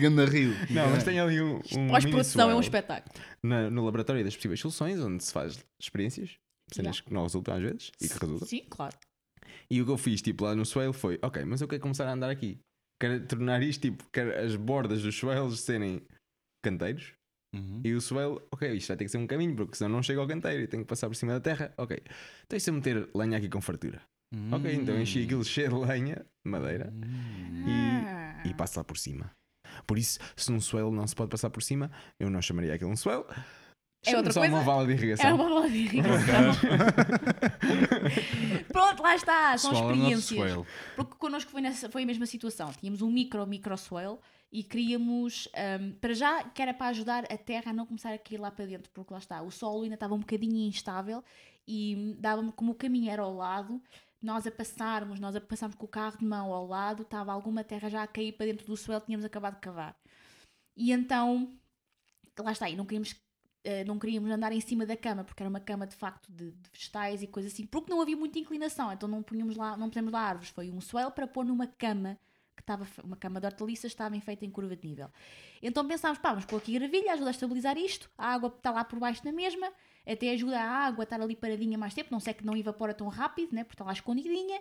[SPEAKER 2] Grande rio.
[SPEAKER 3] *laughs* Não, mas tem ali um. um
[SPEAKER 1] Pós-produção é um
[SPEAKER 3] mini-swell
[SPEAKER 1] espetáculo.
[SPEAKER 3] na- No laboratório das possíveis soluções, onde se faz experiências, cenas que não resultam às vezes e que resultam.
[SPEAKER 1] Sim, claro.
[SPEAKER 3] E o que eu fiz, tipo, lá no swale foi: ok, mas eu quero começar a andar aqui. Quero tornar isto, tipo, quero as bordas dos swales serem canteiros.
[SPEAKER 2] Uhum.
[SPEAKER 3] E o swale, ok, isto vai ter que ser um caminho, porque senão não chego ao canteiro e tenho que passar por cima da terra. Ok, então isto é meter lenha aqui com fartura.
[SPEAKER 2] Uhum.
[SPEAKER 3] Ok, então
[SPEAKER 1] Hum.
[SPEAKER 3] enchi aquilo *laughs* cheio de lenha, madeira,
[SPEAKER 2] Uhum.
[SPEAKER 1] Ah.
[SPEAKER 3] e, e passo lá por cima. Por isso, se num swale não se pode passar por cima, eu não chamaria aquilo um swale.
[SPEAKER 1] É
[SPEAKER 3] Chama
[SPEAKER 1] outra
[SPEAKER 3] só
[SPEAKER 1] coisa?
[SPEAKER 3] uma vala de irrigação.
[SPEAKER 1] É uma bola de
[SPEAKER 3] *laughs*
[SPEAKER 1] irrigação. Pronto, lá está. São
[SPEAKER 2] Swallow, not
[SPEAKER 1] experiências.
[SPEAKER 2] swallow.
[SPEAKER 1] Porque connosco foi, nessa, foi a mesma situação. Tínhamos um micro, micro swale e queríamos, ahm, para já, que era para ajudar a terra a não começar a cair lá para dentro, porque lá está, o solo ainda estava um bocadinho instável e hum, dava-me como o caminho era ao lado, nós a passarmos, nós a passarmos com o carro de mão ao lado, estava alguma terra já a cair para dentro do swale, tínhamos acabado de cavar. E então, lá está, e não queríamos, eh, não queríamos andar em cima da cama, porque era uma cama de facto de, de vegetais e coisas assim, porque não havia muita inclinação, então não punhamos lá, não pusemos lá árvores, foi um swell para pôr numa cama, que estava, fe- uma cama de hortaliças estava feita em curva de nível. Então pensámos, pá, vamos pôr aqui gravilha, ajuda a estabilizar isto, a água está lá por baixo na mesma, até ajuda a água a estar ali paradinha mais tempo, não sei que não evapora tão rápido, né, porque está lá escondidinha,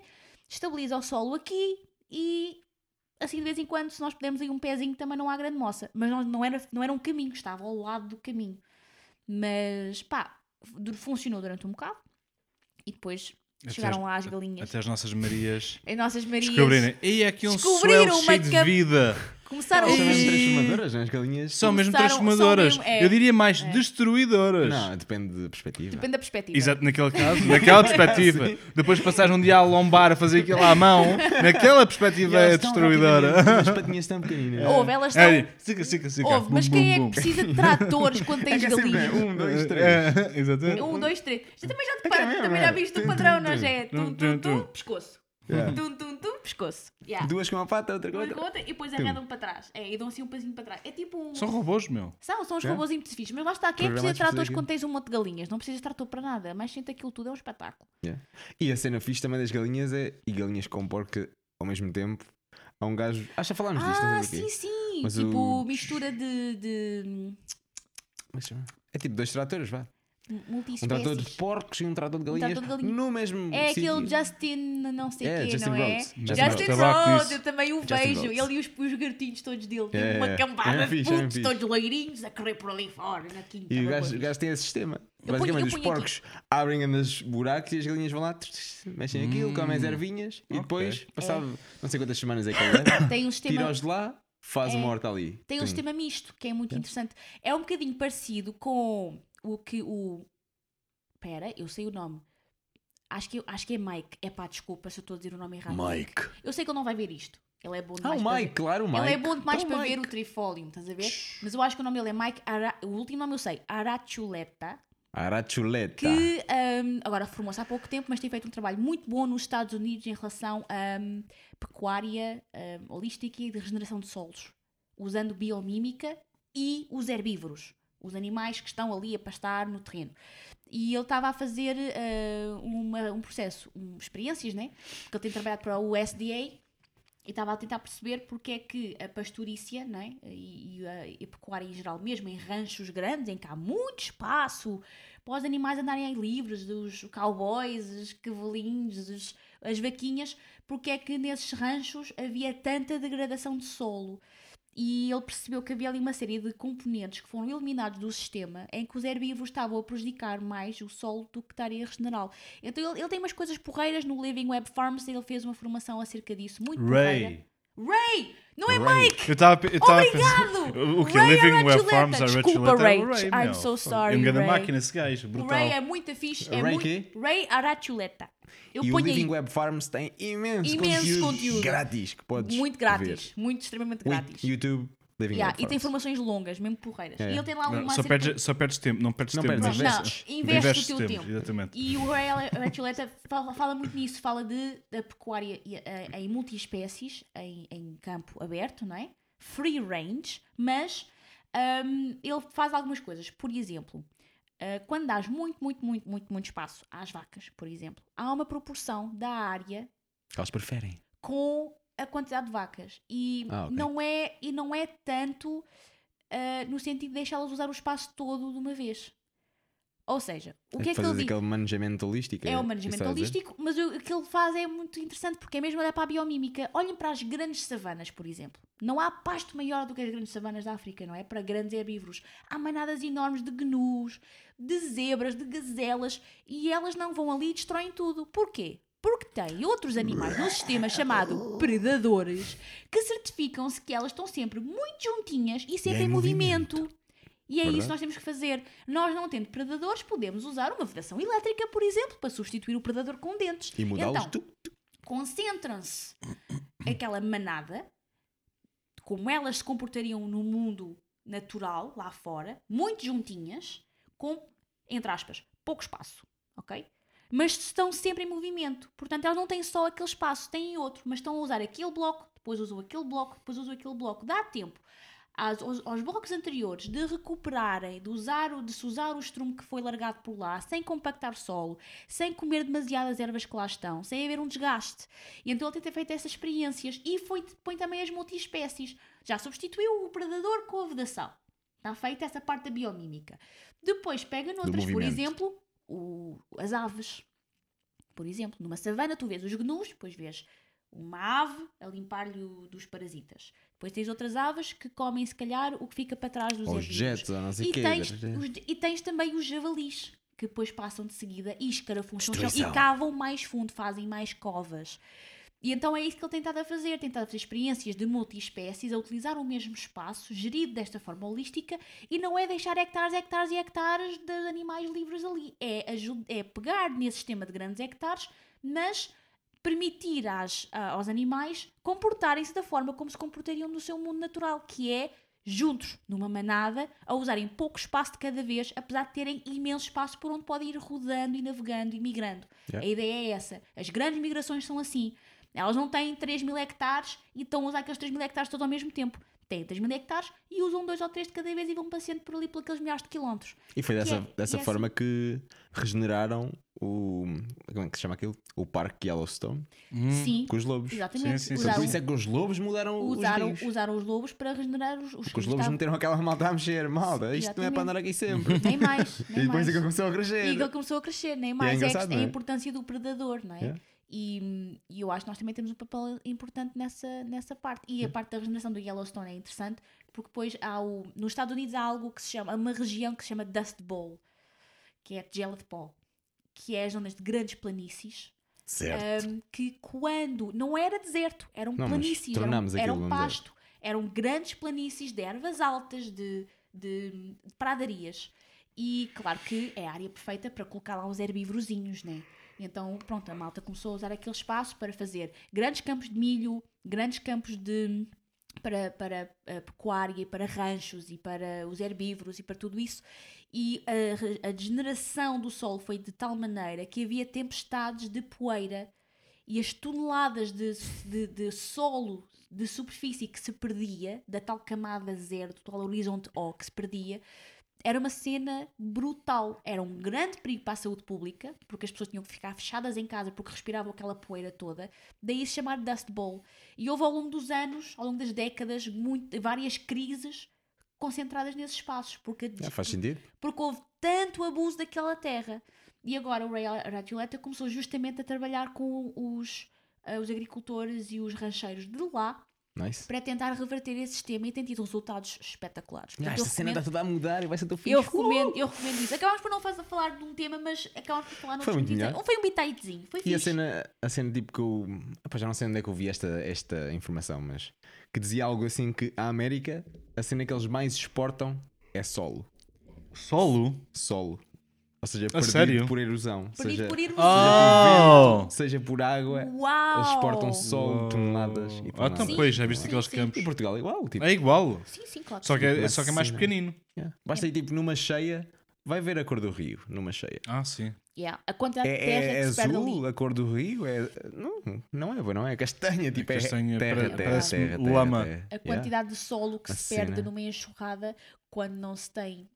[SPEAKER 1] estabiliza o solo aqui e assim de vez em quando, se nós pudermos aí um pezinho, também não há grande moça. Mas não, não, era, não era um caminho, estava ao lado do caminho. Mas pá, du- funcionou durante um bocado e depois
[SPEAKER 2] Até
[SPEAKER 1] chegaram
[SPEAKER 2] as-
[SPEAKER 1] lá as galinhas.
[SPEAKER 2] Até as nossas Marias
[SPEAKER 1] As nossas Marias
[SPEAKER 2] descobrirem. E aqui um
[SPEAKER 1] Descobriram
[SPEAKER 2] swell
[SPEAKER 1] uma
[SPEAKER 2] cheio de
[SPEAKER 1] cam-
[SPEAKER 2] vida.
[SPEAKER 1] começaram
[SPEAKER 3] Elas são mesmo
[SPEAKER 2] E-
[SPEAKER 3] transformadoras, não é? As galinhas.
[SPEAKER 2] São mesmo
[SPEAKER 1] Começaram-
[SPEAKER 2] transformadoras.
[SPEAKER 1] são mesmo- é.
[SPEAKER 2] Eu diria mais destruidoras.
[SPEAKER 3] Não, depende da perspectiva.
[SPEAKER 1] Depende da perspectiva.
[SPEAKER 2] Exato, naquele
[SPEAKER 3] *laughs*
[SPEAKER 2] caso, naquela perspectiva. Depois de passares um dia a lombar a fazer aquilo à
[SPEAKER 1] *laughs*
[SPEAKER 2] mão, naquela perspectiva é destruidora.
[SPEAKER 3] As patinhas estão pequeninas.
[SPEAKER 1] Houve, elas estão.
[SPEAKER 2] É, sica, sica, sica.
[SPEAKER 1] Houve, Então, mas
[SPEAKER 2] Bum,
[SPEAKER 1] quem é
[SPEAKER 2] bum,
[SPEAKER 1] que precisa de tratores
[SPEAKER 3] *laughs*
[SPEAKER 1] quando tens galinhas?
[SPEAKER 3] Um, dois,
[SPEAKER 2] bum.
[SPEAKER 3] três.
[SPEAKER 2] É, exatamente.
[SPEAKER 1] Um, dois, três. Já também já te
[SPEAKER 3] É que é
[SPEAKER 1] par- também já
[SPEAKER 3] mesmo, é.
[SPEAKER 1] viste o padrão,
[SPEAKER 3] Tum,
[SPEAKER 1] não
[SPEAKER 3] tum,
[SPEAKER 1] já é? Tum, tum, tum, pescoço.
[SPEAKER 2] É.
[SPEAKER 3] Yeah.
[SPEAKER 1] Tum, tum, tum,
[SPEAKER 3] *laughs*
[SPEAKER 1] pescoço. Yeah.
[SPEAKER 3] É. Duas com uma pata, outra com
[SPEAKER 1] Uma
[SPEAKER 3] outra.
[SPEAKER 1] com outra e depois arredam para trás. É, e dão assim um pazinho para trás. É tipo um.
[SPEAKER 2] São robôs, meu.
[SPEAKER 1] São, são os
[SPEAKER 3] É.
[SPEAKER 1] robôs impossíveis. Mas lá está, quem é que precisa
[SPEAKER 3] Programados
[SPEAKER 1] de
[SPEAKER 3] para fazer
[SPEAKER 1] tratores
[SPEAKER 3] aquilo.
[SPEAKER 1] quando tens um monte de galinhas? Não precisas de trator para nada, mas sente aquilo tudo, é um espetáculo.
[SPEAKER 3] Yeah. E a cena fixe também das galinhas é. E galinhas com porco ao mesmo tempo. Há um gajo. Acho que já falámos disto,
[SPEAKER 1] ah,
[SPEAKER 3] não sei
[SPEAKER 1] sim,
[SPEAKER 3] porquê.
[SPEAKER 1] sim!
[SPEAKER 3] Mas
[SPEAKER 1] tipo,
[SPEAKER 3] o-
[SPEAKER 1] mistura de, de
[SPEAKER 3] Mas chama- É tipo dois tratores, vá.
[SPEAKER 1] hum,
[SPEAKER 3] Um trator de
[SPEAKER 1] multiespécies.
[SPEAKER 3] porcos e um trator de galinhas.
[SPEAKER 1] trator de galinhas.
[SPEAKER 3] No mesmo.
[SPEAKER 1] é
[SPEAKER 3] sítio.
[SPEAKER 1] aquele Justin não sei o
[SPEAKER 3] É,
[SPEAKER 1] quê,
[SPEAKER 3] Justin
[SPEAKER 1] não é?
[SPEAKER 3] Rhodes. Justin
[SPEAKER 1] Justin,
[SPEAKER 2] Rhodes. Estava a
[SPEAKER 1] Rhodes,
[SPEAKER 2] dizer.
[SPEAKER 1] eu também o
[SPEAKER 3] Justin
[SPEAKER 1] vejo.
[SPEAKER 3] Rhodes.
[SPEAKER 1] Ele e os, os gatinhos todos dele, tipo
[SPEAKER 3] É,
[SPEAKER 1] uma
[SPEAKER 3] é.
[SPEAKER 1] cambada
[SPEAKER 3] É
[SPEAKER 1] de
[SPEAKER 3] fixe, é
[SPEAKER 1] putos,
[SPEAKER 3] fixe.
[SPEAKER 1] todos loirinhos, a correr por ali fora, na quinta.
[SPEAKER 3] E o
[SPEAKER 1] uma
[SPEAKER 3] gajo,
[SPEAKER 1] coisa.
[SPEAKER 3] o gajo tem esse sistema.
[SPEAKER 1] ponho- eu
[SPEAKER 3] Basicamente, os
[SPEAKER 1] ponho aqui.
[SPEAKER 3] porcos abrem andas buracos e as galinhas vão lá, tch, tch, mexem aquilo, comem
[SPEAKER 1] Hum,
[SPEAKER 3] as ervinhas e
[SPEAKER 2] ok.
[SPEAKER 3] depois, passado não sei quantas semanas é que
[SPEAKER 1] *coughs*
[SPEAKER 3] ele leva,
[SPEAKER 1] É. Tem um sistema.
[SPEAKER 3] tira-os de lá, faz uma horta ali.
[SPEAKER 1] Tem um
[SPEAKER 3] Tum.
[SPEAKER 1] sistema misto, que é muito interessante. É um bocadinho parecido com o que o. Pera, eu sei o nome. Acho que, acho que é Mike. É pá, desculpa se eu estou a dizer o nome errado. Mike. Eu sei que ele não vai ver isto. Ele é bom
[SPEAKER 3] Ah,
[SPEAKER 1] demais.
[SPEAKER 3] o
[SPEAKER 1] para ver.
[SPEAKER 3] Mike, claro, o Mike.
[SPEAKER 1] Ele é bom demais
[SPEAKER 3] Então,
[SPEAKER 1] para
[SPEAKER 3] Mike.
[SPEAKER 1] ver o trifólio, estás a ver? Mas eu acho que o nome dele é Mike Ara... O último nome eu sei, Arachuleta.
[SPEAKER 3] Arachuleta.
[SPEAKER 1] Que
[SPEAKER 3] Tá.
[SPEAKER 1] ahm, agora formou-se há pouco tempo, mas tem feito um trabalho muito bom nos Estados Unidos em relação a ahm, pecuária ahm, holística e de regeneração de solos, usando biomímica e os herbívoros, os animais que estão ali a pastar no terreno. E ele estava a fazer ah, uma- um processo, um, experiências, né? Porque ele tem trabalhado para o USDA e estava a tentar perceber porque é que a pastorícia né, e, e a, e a pecuária em geral, mesmo em ranchos grandes, em que há muito espaço para os animais andarem aí livres, os cowboys, os cavalinhos, os- as vaquinhas, porque é que nesses ranchos havia tanta degradação de solo. E ele percebeu que havia ali uma série de componentes que foram eliminados do sistema em que os herbívoros estavam a prejudicar mais o solo do que estaria general. Então ele, ele tem umas coisas porreiras no Living Web Farms e ele fez uma formação acerca disso, muito porreira.
[SPEAKER 2] Ray.
[SPEAKER 1] Ray! Não é
[SPEAKER 3] Ray. tá
[SPEAKER 1] Mike!
[SPEAKER 2] Eu estava eu tava a pensar-
[SPEAKER 1] Obrigado!
[SPEAKER 3] *laughs*
[SPEAKER 2] O que?
[SPEAKER 1] Oh Ray
[SPEAKER 2] Living Web
[SPEAKER 1] Arachuleta.
[SPEAKER 2] Farms are
[SPEAKER 1] Desculpa,
[SPEAKER 2] Arachuleta.
[SPEAKER 1] Ray.
[SPEAKER 2] É o Ray,
[SPEAKER 1] I'm
[SPEAKER 2] meu.
[SPEAKER 1] so sorry,
[SPEAKER 2] É um grande
[SPEAKER 1] Ray.
[SPEAKER 2] máquina esse gajo.
[SPEAKER 1] O
[SPEAKER 2] Brutal.
[SPEAKER 1] Ray é muito fixe. É
[SPEAKER 3] Ray
[SPEAKER 1] muito...
[SPEAKER 3] quê?
[SPEAKER 1] Ray Arachuleta. Eu
[SPEAKER 3] e o
[SPEAKER 1] ponho
[SPEAKER 3] Living
[SPEAKER 1] aí.
[SPEAKER 3] Web Farms tem imenso,
[SPEAKER 1] Imenso
[SPEAKER 3] conteúdo,
[SPEAKER 1] conteúdo.
[SPEAKER 3] grátis que podes
[SPEAKER 1] muito grátis. Muito, extremamente
[SPEAKER 3] ver. Ui,
[SPEAKER 1] grátis.
[SPEAKER 3] YouTube, Living
[SPEAKER 1] Yeah,
[SPEAKER 3] Web
[SPEAKER 1] e tem
[SPEAKER 3] Farms.
[SPEAKER 1] formações longas, mesmo porreiras.
[SPEAKER 3] É.
[SPEAKER 1] E ele tem lá
[SPEAKER 2] Não,
[SPEAKER 1] uma
[SPEAKER 2] só,
[SPEAKER 1] acerca-
[SPEAKER 2] perdes, só perdes tempo, não perdes
[SPEAKER 3] Não
[SPEAKER 2] tempo.
[SPEAKER 3] perdes
[SPEAKER 2] mas-
[SPEAKER 3] tempo.
[SPEAKER 1] Não,
[SPEAKER 3] Investes.
[SPEAKER 1] investes o teu tempo.
[SPEAKER 2] Exatamente.
[SPEAKER 1] E o Ray Archuleta fala, fala muito nisso, fala de da pecuária e- eh, em multiespécies, em, em campo aberto, não é? Free range, mas ahm, ele faz algumas coisas. Por exemplo, ah, quando dás muito, muito, muito, muito, muito espaço às vacas, por exemplo, há uma proporção da área
[SPEAKER 3] Eles preferem.
[SPEAKER 1] com a quantidade de vacas e
[SPEAKER 3] Ah, ok.
[SPEAKER 1] não é e não é tanto ah, no sentido de deixá-las usar o espaço todo de uma vez ou seja o que é que
[SPEAKER 3] Fazes
[SPEAKER 1] ele diz
[SPEAKER 3] aquele manejamento holístico.
[SPEAKER 1] é o
[SPEAKER 3] isso
[SPEAKER 1] manejamento
[SPEAKER 3] estás a dizer?
[SPEAKER 1] holístico, mas o, o que ele faz é muito interessante porque é mesmo olhar para a biomímica. Olhem para as grandes savanas, por exemplo. Não há pasto maior do que as grandes savanas da África, não é? Para grandes herbívoros. Há manadas enormes de gnus, de zebras, de gazelas e elas não vão ali e destroem tudo. Porquê? Porque têm outros animais no sistema chamado predadores que certificam-se que elas estão sempre muito juntinhas e sempre
[SPEAKER 3] E é
[SPEAKER 1] em
[SPEAKER 3] em
[SPEAKER 1] movimento. E é isso
[SPEAKER 3] Verdade.
[SPEAKER 1] que nós temos que fazer. Nós, não tendo predadores, podemos usar uma vedação elétrica, por exemplo, para substituir o predador com dentes.
[SPEAKER 3] E mudá-los.
[SPEAKER 1] Então,
[SPEAKER 3] tu.
[SPEAKER 1] concentram-se aquela manada, como elas se comportariam no mundo natural, lá fora, muito juntinhas, com, entre aspas, pouco espaço, ok? Mas estão sempre em movimento. Portanto, elas não têm só aquele espaço, têm outro, mas estão a usar aquele bloco, depois usam aquele bloco, depois usam aquele bloco. Dá tempo às- aos, aos blocos anteriores de recuperarem, de usar, o- de se usar o estrume que foi largado por lá, sem compactar solo, sem comer demasiadas ervas que lá estão, sem haver um desgaste. E então ele tem ter feito essas experiências e foi, põe também as multiespécies. Já substituiu o predador com a vedação. Está feita essa parte da biomímica. Depois pega noutras, por
[SPEAKER 3] movimento.
[SPEAKER 1] exemplo, o- as aves. Por exemplo, numa savana tu vês os gnus, depois vês uma ave a limpar-lhe o- dos parasitas. Depois tens outras aves que comem, se calhar, o que fica para trás dos
[SPEAKER 3] Ou os
[SPEAKER 1] herbívoros.
[SPEAKER 3] jets, ou não sei
[SPEAKER 1] E
[SPEAKER 3] o quê. né?
[SPEAKER 1] tens, os- e tens também os javalis, que depois passam de seguida e escarafuncham o chão e
[SPEAKER 3] Destruição.
[SPEAKER 1] cavam mais fundo, fazem mais covas. E então é isso que ele tem estado a fazer, tem estado a fazer experiências de multiespécies, a utilizar o mesmo espaço, gerido desta forma holística, e não é deixar hectares, hectares e hectares de animais livres ali. É, aju- é pegar nesse sistema de grandes hectares, mas permitir às- a- aos animais comportarem-se da forma como se comportariam no seu mundo natural, que é juntos, numa manada, a usarem pouco espaço de cada vez, apesar de terem imenso espaço por onde podem ir rodando e navegando e migrando.
[SPEAKER 3] Yeah.
[SPEAKER 1] A ideia é essa. As grandes migrações são assim. Elas não têm 3 mil hectares e estão a usar aqueles 3 mil hectares todos ao mesmo tempo. Têm 3 mil hectares e usam dois ou três de cada vez e vão passeando por ali por aqueles milhares de quilómetros.
[SPEAKER 3] E foi dessa,
[SPEAKER 1] é- e
[SPEAKER 3] dessa
[SPEAKER 1] é assim.
[SPEAKER 3] forma que regeneraram o. Como é que se chama aquilo? O Parque Yellowstone
[SPEAKER 1] Sim,
[SPEAKER 3] Hum, com os lobos.
[SPEAKER 1] exatamente.
[SPEAKER 2] Sim, sim, sim.
[SPEAKER 3] Então,
[SPEAKER 1] usaram,
[SPEAKER 3] Por isso é que os lobos mudaram o-
[SPEAKER 1] usaram,
[SPEAKER 3] os rios.
[SPEAKER 1] usaram os lobos para regenerar os, os
[SPEAKER 3] Porque os lobos
[SPEAKER 1] estavam-
[SPEAKER 3] meteram aquela malta a mexer. Malta, isto não é
[SPEAKER 1] Exatamente.
[SPEAKER 3] para andar aqui sempre.
[SPEAKER 1] *laughs* Nem
[SPEAKER 3] *laughs*
[SPEAKER 1] mais.
[SPEAKER 3] e
[SPEAKER 1] Nem mais.
[SPEAKER 3] depois é que começou a
[SPEAKER 1] E
[SPEAKER 3] crescer.
[SPEAKER 1] ele começou a crescer, nem mais. É, a,
[SPEAKER 3] engraçado,
[SPEAKER 1] questão-
[SPEAKER 3] não
[SPEAKER 1] a
[SPEAKER 3] é?
[SPEAKER 1] importância do predador, não é?
[SPEAKER 3] Yeah.
[SPEAKER 1] E, e eu acho que nós também temos um papel importante nessa, nessa parte. E a parte da regeneração do Yellowstone é interessante, porque depois há o, nos Estados Unidos há algo que se chama, há uma região que se chama Dust Bowl, que é tigela de pó, que é as zonas de grandes planícies,
[SPEAKER 3] Certo.
[SPEAKER 1] um, que quando não era um deserto, eram
[SPEAKER 3] Não, mas
[SPEAKER 1] planícies, eram,
[SPEAKER 3] tornámos aquilo
[SPEAKER 1] eram
[SPEAKER 3] um
[SPEAKER 1] pasto, eram grandes planícies de ervas altas, de, de, de pradarias. E claro que é a área perfeita para colocar lá uns herbívorozinhos, né? E então, pronto, a malta começou a usar aquele espaço para fazer grandes campos de milho, grandes campos de para, para a pecuária, e para ranchos e para os herbívoros e para tudo isso. E a, re- a degeneração do solo foi de tal maneira que havia tempestades de poeira e as toneladas de, de, de solo de superfície que se perdia, da tal camada zero, do tal horizonte O que se perdia, era uma cena brutal. Era um grande perigo para a saúde pública, porque as pessoas tinham que ficar fechadas em casa porque respiravam aquela poeira toda. Daí se chamar Dust Bowl. E houve ao longo dos anos, ao longo das décadas, muito- várias crises concentradas nesses espaços, porque
[SPEAKER 3] Ah, faz sentido.
[SPEAKER 1] porque houve tanto abuso daquela terra. E agora o Ray Radioleta começou justamente a trabalhar com os, ah, os agricultores e os rancheiros de lá
[SPEAKER 3] Nice.
[SPEAKER 1] para tentar reverter esse sistema e tem tido resultados espetaculares.
[SPEAKER 3] Ah,
[SPEAKER 1] Portanto,
[SPEAKER 3] esta cena um está
[SPEAKER 1] recomendo,
[SPEAKER 3] toda a mudar e vai ser tão fixe.
[SPEAKER 1] eu,
[SPEAKER 3] Uh!
[SPEAKER 1] recomendo, eu recomendo isso. Acabámos por não faz- falar de um tema, mas acabámos por falar
[SPEAKER 3] Foi muito
[SPEAKER 1] noutro
[SPEAKER 3] melhor.
[SPEAKER 1] Ou foi um bitaitezinho. Foi
[SPEAKER 3] E
[SPEAKER 1] fixe.
[SPEAKER 3] a cena, a cena tipo que eu. Epá, já não sei onde é que eu vi esta, esta informação, mas. Que dizia algo assim que a América, a cena que eles mais exportam é solo.
[SPEAKER 2] Solo?
[SPEAKER 3] Solo. Ou seja, perdido
[SPEAKER 2] sério?
[SPEAKER 3] por erosão.
[SPEAKER 1] Perdido
[SPEAKER 3] seja,
[SPEAKER 1] por ir
[SPEAKER 2] Oh!
[SPEAKER 3] seja por água,
[SPEAKER 1] Uau!
[SPEAKER 3] eles exportam solo,
[SPEAKER 2] Uau.
[SPEAKER 3] toneladas e
[SPEAKER 2] Ah, então,
[SPEAKER 3] toneladas.
[SPEAKER 2] pois, já viste
[SPEAKER 1] Sim,
[SPEAKER 2] aqueles
[SPEAKER 1] sim.
[SPEAKER 2] campos?
[SPEAKER 3] E Portugal igual, tipo.
[SPEAKER 2] É igual.
[SPEAKER 1] Sim, sim, claro.
[SPEAKER 2] Só que é,
[SPEAKER 3] Tipo,
[SPEAKER 2] só que é mais
[SPEAKER 3] assim,
[SPEAKER 2] pequenino.
[SPEAKER 3] yeah. Basta ir tipo numa cheia, vai ver a cor do rio, numa cheia.
[SPEAKER 2] Ah, sim.
[SPEAKER 1] Yeah. A quantidade
[SPEAKER 3] É,
[SPEAKER 1] de terra
[SPEAKER 3] é- é
[SPEAKER 1] que se perde ali.
[SPEAKER 3] azul, a cor do rio é. Não, não é, não é castanha, tipo é.
[SPEAKER 2] castanha,
[SPEAKER 3] terra,
[SPEAKER 2] pare-
[SPEAKER 3] terra,
[SPEAKER 2] parece-me
[SPEAKER 3] terra, terra,
[SPEAKER 2] lama.
[SPEAKER 3] terra.
[SPEAKER 1] a
[SPEAKER 3] Yeah.
[SPEAKER 1] quantidade de solo que
[SPEAKER 3] A
[SPEAKER 1] se perde
[SPEAKER 3] cena.
[SPEAKER 1] numa enxurrada quando não se tem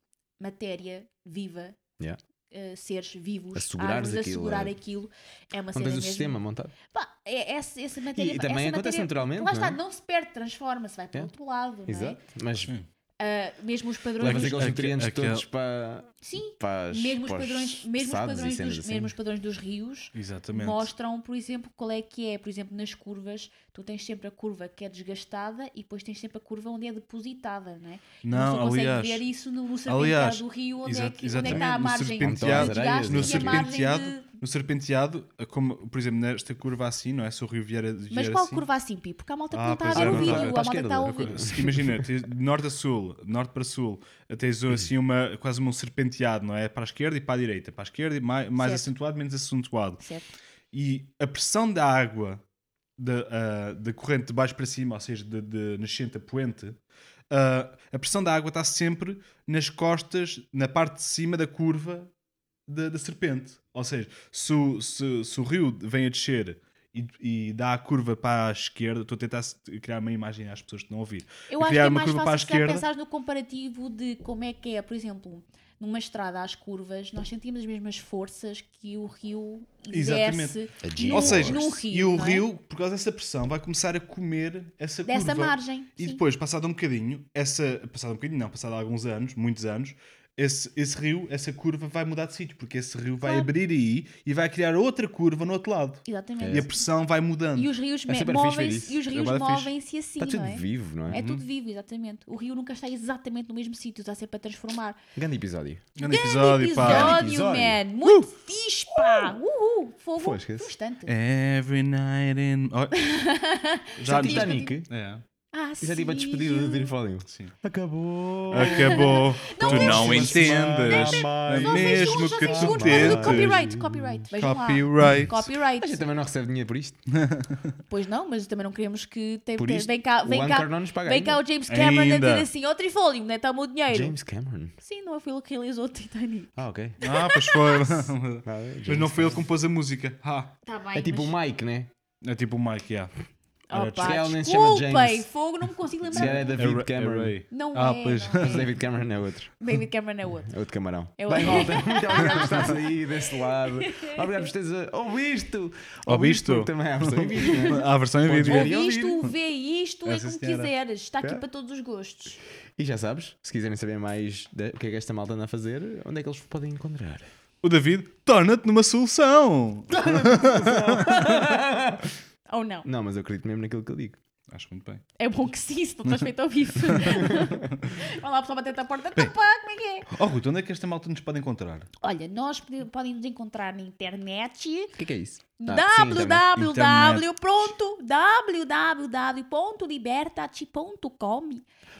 [SPEAKER 1] matéria viva,
[SPEAKER 3] Yeah.
[SPEAKER 1] eh, seres vivos,
[SPEAKER 3] A segurares
[SPEAKER 1] árvores a
[SPEAKER 3] aquilo,
[SPEAKER 1] segurar
[SPEAKER 3] é.
[SPEAKER 1] aquilo, é uma
[SPEAKER 3] Não
[SPEAKER 1] cena
[SPEAKER 3] tens o
[SPEAKER 1] mesmo.
[SPEAKER 3] sistema montado.
[SPEAKER 1] Pá, é- essa, essa
[SPEAKER 3] E,
[SPEAKER 1] matéria,
[SPEAKER 3] e
[SPEAKER 1] essa
[SPEAKER 3] também acontece
[SPEAKER 1] matéria-
[SPEAKER 3] naturalmente.
[SPEAKER 1] Lá está,
[SPEAKER 3] não é?
[SPEAKER 1] não se perde, transforma-se, vai para o
[SPEAKER 3] Yeah.
[SPEAKER 1] outro lado, não é?
[SPEAKER 3] Exato. Mas
[SPEAKER 2] Sim.
[SPEAKER 1] Ah, mesmo os padrões.
[SPEAKER 3] levas
[SPEAKER 2] Mas
[SPEAKER 1] dos-
[SPEAKER 3] aqueles
[SPEAKER 2] aquele-
[SPEAKER 3] nutrientes
[SPEAKER 2] aquele-
[SPEAKER 3] todos para.
[SPEAKER 1] Sim,
[SPEAKER 3] para as-
[SPEAKER 1] mesmo os
[SPEAKER 3] para os
[SPEAKER 1] padrões, mesmo os
[SPEAKER 3] sados e
[SPEAKER 1] padrões,
[SPEAKER 3] cenas
[SPEAKER 1] dos,
[SPEAKER 3] assim.
[SPEAKER 1] mesmo os padrões dos rios
[SPEAKER 2] Exatamente.
[SPEAKER 1] mostram, por exemplo, qual é que é. Por exemplo, nas curvas, tu tens sempre a curva que é desgastada e depois tens sempre a curva onde é depositada, não é?
[SPEAKER 2] Não,
[SPEAKER 1] Não se consegue
[SPEAKER 2] aliás.
[SPEAKER 1] ver isso no, no
[SPEAKER 2] aliás,
[SPEAKER 1] serpenteado do rio, onde, é
[SPEAKER 2] exa-
[SPEAKER 1] que, onde é que está a
[SPEAKER 2] exatamente, no
[SPEAKER 1] margem de
[SPEAKER 2] serpenteado,
[SPEAKER 1] desgaste
[SPEAKER 2] no
[SPEAKER 1] e a margem
[SPEAKER 2] serpenteado,
[SPEAKER 1] de...
[SPEAKER 2] no serpenteado, como por exemplo nesta curva assim, não é? Se o rio vier, a-
[SPEAKER 1] Mas
[SPEAKER 2] vier
[SPEAKER 1] qual
[SPEAKER 2] assim.
[SPEAKER 1] curva é assim, Pi? Porque a malta que
[SPEAKER 2] Ah,
[SPEAKER 1] não está a
[SPEAKER 2] pois
[SPEAKER 1] ver
[SPEAKER 2] é,
[SPEAKER 1] o
[SPEAKER 2] não está a
[SPEAKER 1] vídeo,
[SPEAKER 2] ver.
[SPEAKER 1] a
[SPEAKER 3] Está à
[SPEAKER 1] malta está a
[SPEAKER 3] esquerda.
[SPEAKER 2] A cor-
[SPEAKER 1] ouvir.
[SPEAKER 2] se- Imagina, tens de norte a sul, norte para sul, tens assim uma, quase um serpenteado, não é? Para a esquerda e para a direita, para a esquerda e mais, mais
[SPEAKER 1] Certo.
[SPEAKER 2] acentuado, menos acentuado.
[SPEAKER 1] Certo.
[SPEAKER 2] E a pressão da água da, ah, da corrente de baixo para cima, ou seja, de, de nascente a poente, ah, a pressão da água está sempre nas costas, na parte de cima da curva da, da serpente. Ou seja, se, o- se- se o rio vem a descer e, e dá a curva para a esquerda, estou a tentar s- criar uma imagem às pessoas que não ouvir.
[SPEAKER 1] Eu acho que
[SPEAKER 2] criar
[SPEAKER 1] é
[SPEAKER 2] uma
[SPEAKER 1] mais
[SPEAKER 2] curva para a
[SPEAKER 1] fácil se calhar
[SPEAKER 2] esquerda.
[SPEAKER 1] pensares no comparativo de como é que é, por exemplo, numa estrada às curvas, nós sentimos as mesmas forças que o rio exerce
[SPEAKER 3] A G
[SPEAKER 1] no,
[SPEAKER 2] Ou seja,
[SPEAKER 1] num
[SPEAKER 2] e o
[SPEAKER 1] não é?
[SPEAKER 2] rio, por causa dessa pressão, vai começar a comer essa
[SPEAKER 1] Dessa
[SPEAKER 2] curva.
[SPEAKER 1] margem,
[SPEAKER 2] E
[SPEAKER 1] sim.
[SPEAKER 2] depois, passado um bocadinho, essa. Passado um bocadinho, não, passado alguns anos, muitos anos, esse, esse rio, essa curva vai mudar de sítio, porque esse rio vai
[SPEAKER 1] Claro.
[SPEAKER 2] abrir aí e vai criar outra curva no outro lado.
[SPEAKER 1] Exatamente.
[SPEAKER 2] E a pressão vai mudando.
[SPEAKER 1] E os rios
[SPEAKER 3] É
[SPEAKER 1] me-
[SPEAKER 3] super fixe ver isso.
[SPEAKER 1] movem-se e os
[SPEAKER 2] É
[SPEAKER 1] rios
[SPEAKER 2] bué fixe.
[SPEAKER 1] movem-se assim,
[SPEAKER 3] Está
[SPEAKER 1] não
[SPEAKER 3] tudo
[SPEAKER 1] é?
[SPEAKER 3] vivo, não é?
[SPEAKER 1] É tudo vivo, exatamente. O rio nunca está exatamente no mesmo sítio, está sempre a transformar.
[SPEAKER 3] Grande episódio.
[SPEAKER 2] Grande
[SPEAKER 3] pá.
[SPEAKER 1] episódio,
[SPEAKER 3] Grande
[SPEAKER 1] man!
[SPEAKER 3] episódio.
[SPEAKER 1] Muito fixe, pá! Uhul! Fogo!
[SPEAKER 3] Foi, esquece. É.
[SPEAKER 1] Constante.
[SPEAKER 2] Every night in. Oh. Já
[SPEAKER 1] Sim,
[SPEAKER 2] Titanic.
[SPEAKER 3] Titanic.
[SPEAKER 1] *laughs*
[SPEAKER 2] É,
[SPEAKER 1] Ah,
[SPEAKER 3] Isso é tipo a
[SPEAKER 1] sim.
[SPEAKER 3] despedida de Dirifódio.
[SPEAKER 2] sim. Oh.
[SPEAKER 3] Acabou.
[SPEAKER 2] Acabou. tu não
[SPEAKER 3] Uma
[SPEAKER 2] entendes. É
[SPEAKER 3] semana
[SPEAKER 1] Só
[SPEAKER 3] a mais.
[SPEAKER 1] vejo um,
[SPEAKER 2] Mesmo
[SPEAKER 1] só
[SPEAKER 2] que
[SPEAKER 1] vejo
[SPEAKER 2] tu
[SPEAKER 1] um, por causa do
[SPEAKER 2] tentes.
[SPEAKER 1] Copyright, copyright. Vejam lá.
[SPEAKER 2] Copyright.
[SPEAKER 3] Uhum. A gente
[SPEAKER 1] Copyright.
[SPEAKER 3] também não recebe dinheiro por isto.
[SPEAKER 1] Pois não, mas também não queremos que. Tem,
[SPEAKER 3] Por
[SPEAKER 1] tem-
[SPEAKER 3] isto,
[SPEAKER 1] vem cá,
[SPEAKER 3] o
[SPEAKER 1] vem cá,
[SPEAKER 3] Anchor não nos paga
[SPEAKER 1] vem cá o
[SPEAKER 3] ainda.
[SPEAKER 1] James Cameron a dizer
[SPEAKER 2] Ainda.
[SPEAKER 1] assim: ó trifólio, não é? Está o meu dinheiro.
[SPEAKER 3] James Cameron.
[SPEAKER 1] Sim, não foi ele que realizou o Titanic.
[SPEAKER 3] Ah, ok.
[SPEAKER 2] Ah, pois
[SPEAKER 1] *laughs*
[SPEAKER 2] foi.
[SPEAKER 3] Ah, é
[SPEAKER 2] Mas
[SPEAKER 3] James.
[SPEAKER 2] não foi ele que compôs a música. Ah,
[SPEAKER 1] Está Tá bem.
[SPEAKER 3] É tipo
[SPEAKER 1] mas...
[SPEAKER 3] o Mike, né?
[SPEAKER 2] é tipo o Mike, yeah.
[SPEAKER 1] Oh,
[SPEAKER 2] Se
[SPEAKER 1] pá,
[SPEAKER 3] calhar ele nem se chama
[SPEAKER 1] desculpem,
[SPEAKER 3] James.
[SPEAKER 1] fogo, não me consigo
[SPEAKER 3] Se calhar é
[SPEAKER 2] É Ra-
[SPEAKER 1] lembrar.
[SPEAKER 3] David
[SPEAKER 2] é
[SPEAKER 3] Cameron.
[SPEAKER 2] Ray.
[SPEAKER 1] Não
[SPEAKER 2] Ah,
[SPEAKER 1] é.
[SPEAKER 2] pois.
[SPEAKER 1] não é.
[SPEAKER 3] Mas David Cameron é outro.
[SPEAKER 1] David Cameron é outro.
[SPEAKER 3] É outro camarão.
[SPEAKER 1] É
[SPEAKER 3] Bem,
[SPEAKER 1] outro.
[SPEAKER 3] malta, *laughs* muito obrigado por estares aí desse lado. Obrigado por teres a- ouvisto.
[SPEAKER 2] Ouvisto?
[SPEAKER 3] porque Também há versão em vídeo, não é?
[SPEAKER 2] A versão em
[SPEAKER 3] Podes
[SPEAKER 2] vídeo.
[SPEAKER 3] ver.
[SPEAKER 1] Ouve
[SPEAKER 3] Queria
[SPEAKER 1] isto,
[SPEAKER 3] ouvir.
[SPEAKER 1] vê isto, é
[SPEAKER 2] Essa
[SPEAKER 1] como
[SPEAKER 2] senhora.
[SPEAKER 1] quiseres. Está aqui
[SPEAKER 3] É.
[SPEAKER 1] para todos os gostos.
[SPEAKER 3] E já sabes, se quiserem saber mais de- o que é que esta malta anda a fazer, onde é que eles vos podem encontrar?
[SPEAKER 2] O David, torna-te numa solução.
[SPEAKER 1] Ou não.
[SPEAKER 3] Não, mas eu acredito mesmo naquilo que eu digo.
[SPEAKER 2] Acho muito bem.
[SPEAKER 1] É bom que sim, se não estás feito ao
[SPEAKER 3] *laughs*
[SPEAKER 1] vivo. Olha lá, pessoal, bater a porta. Então, pá, como é que é?
[SPEAKER 2] Oh, Ruto, onde é que esta malta nos pode encontrar?
[SPEAKER 1] Olha, nós pode- podem nos encontrar na internet.
[SPEAKER 3] O que é que é isso?
[SPEAKER 1] www.
[SPEAKER 2] Internet.
[SPEAKER 1] Pronto. www.libertati.com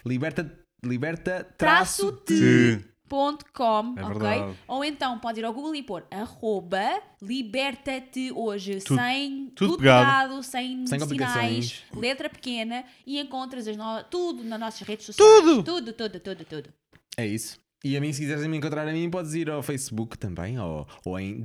[SPEAKER 3] Liberta, liberta
[SPEAKER 1] traço
[SPEAKER 3] traço
[SPEAKER 1] te libertatehoje.com,
[SPEAKER 2] É verdade.
[SPEAKER 1] ok? Ou então pode ir ao Google e pôr arroba liberta-te hoje,
[SPEAKER 2] Tudo-
[SPEAKER 1] sem
[SPEAKER 2] tudo pegado.
[SPEAKER 1] pegado, sem,
[SPEAKER 3] Sem complicações.
[SPEAKER 1] sinais, letra pequena e encontras as no... tudo nas nossas redes sociais.
[SPEAKER 2] Tudo!
[SPEAKER 1] Tudo, tudo, tudo, tudo.
[SPEAKER 3] É isso. E a mim, se quiseres me encontrar a mim, podes ir ao Facebook também, ou, ou em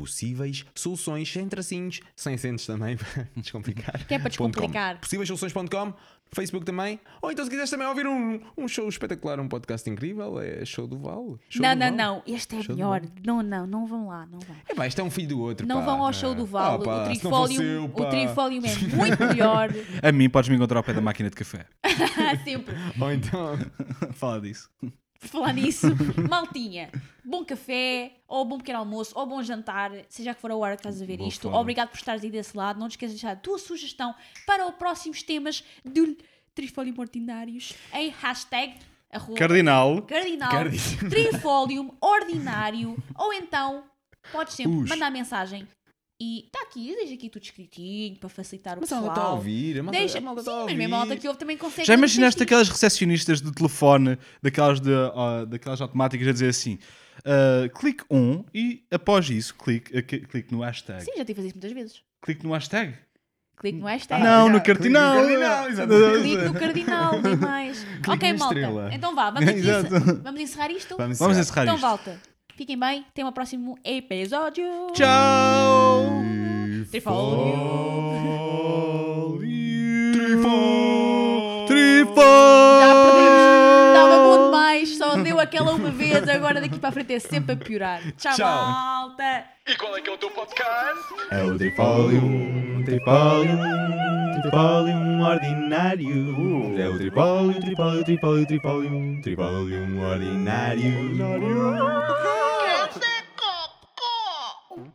[SPEAKER 3] www.possíveissoluções, sem tracinhos, sem acentos também, *laughs* para descomplicar.
[SPEAKER 1] Que é para
[SPEAKER 3] ponto com.
[SPEAKER 1] descomplicar.
[SPEAKER 3] Possíveissoluções.com, Facebook também. Ou então, se quiseres também ouvir um, um show espetacular, um podcast incrível, é Show do Val. Show
[SPEAKER 1] não,
[SPEAKER 3] do
[SPEAKER 1] não,
[SPEAKER 3] Val.
[SPEAKER 1] não. Este é
[SPEAKER 3] Show do
[SPEAKER 1] melhor. Não, não, não vão lá, não vão.
[SPEAKER 3] É pá, isto é um filho do outro.
[SPEAKER 1] Não
[SPEAKER 3] pá.
[SPEAKER 1] vão ao show do
[SPEAKER 3] Ah,
[SPEAKER 1] Val.
[SPEAKER 3] pá,
[SPEAKER 1] o,
[SPEAKER 3] se não fosse
[SPEAKER 1] trifólio,
[SPEAKER 3] eu, pá.
[SPEAKER 1] o trifólio é muito melhor. *laughs* Tá
[SPEAKER 2] A mim podes me encontrar ao pé da máquina de café.
[SPEAKER 1] Sempre.
[SPEAKER 3] Ou então.
[SPEAKER 2] *laughs* Fala disso.
[SPEAKER 1] Por falar nisso, *laughs* maltinha, bom café, ou bom pequeno almoço, ou bom jantar, seja que for a hora que estás a ver
[SPEAKER 2] Boa
[SPEAKER 1] isto.
[SPEAKER 2] fome.
[SPEAKER 1] Obrigado por estares aí desse lado. Não te esqueças de deixar a tua sugestão para os próximos temas do Trifólio Ordinários em hashtag arroba-
[SPEAKER 2] Cardinal.
[SPEAKER 1] Cardinal,
[SPEAKER 3] Cardinal.
[SPEAKER 1] Trifólium Ordinário, ou então podes sempre
[SPEAKER 2] Us.
[SPEAKER 1] mandar mensagem e está aqui, deixa aqui tudo escritinho para facilitar o
[SPEAKER 3] Mas tá a
[SPEAKER 1] pessoal.
[SPEAKER 3] malta está a ouvir. A malta,
[SPEAKER 1] Deixa,
[SPEAKER 3] a
[SPEAKER 1] sim,
[SPEAKER 3] malta está a
[SPEAKER 1] mas
[SPEAKER 3] ouvir.
[SPEAKER 1] mesmo a malta que ouve também consegue.
[SPEAKER 2] Já imaginaste
[SPEAKER 1] resistir.
[SPEAKER 2] aquelas recepcionistas do telefone, daquelas, de, ah, daquelas automáticas a dizer assim: ah, clique um e após isso clique, ah, cli- clique no hashtag.
[SPEAKER 1] Sim, já tive isso muitas vezes.
[SPEAKER 2] Clique no hashtag.
[SPEAKER 1] Clique no hashtag.
[SPEAKER 2] Ah, não,
[SPEAKER 3] já,
[SPEAKER 2] no
[SPEAKER 3] clique Ah, no
[SPEAKER 2] cardinal.
[SPEAKER 3] cardinal, exatamente.
[SPEAKER 1] Clique no cardinal,
[SPEAKER 3] *laughs*
[SPEAKER 1] nem mais. ok,
[SPEAKER 3] é. na
[SPEAKER 1] malta.
[SPEAKER 3] estrela.
[SPEAKER 1] Então vá, vamos, aqui,
[SPEAKER 2] Exato.
[SPEAKER 1] vamos encerrar isto.
[SPEAKER 3] Vamos,
[SPEAKER 2] Vamos encerrar
[SPEAKER 3] encerrar.
[SPEAKER 1] então,
[SPEAKER 2] isto.
[SPEAKER 1] volta. Fiquem bem, até o próximo episódio.
[SPEAKER 2] Tchau!
[SPEAKER 1] Trifólio.
[SPEAKER 2] Trifó!
[SPEAKER 1] Já
[SPEAKER 2] Trifó!
[SPEAKER 1] perdemos. Dava bom demais, só deu aquela uma vez, agora daqui para a frente é sempre a piorar. Tchau,
[SPEAKER 3] Tchau.
[SPEAKER 1] malta.
[SPEAKER 4] E qual é que é o teu podcast?
[SPEAKER 5] É o Tripólium, Tripólium, Tripólium ordinário. É o Tripólio, Tripólio, Tripólio, Tripólium, Tripólium ordinário.
[SPEAKER 4] Essa é Copco!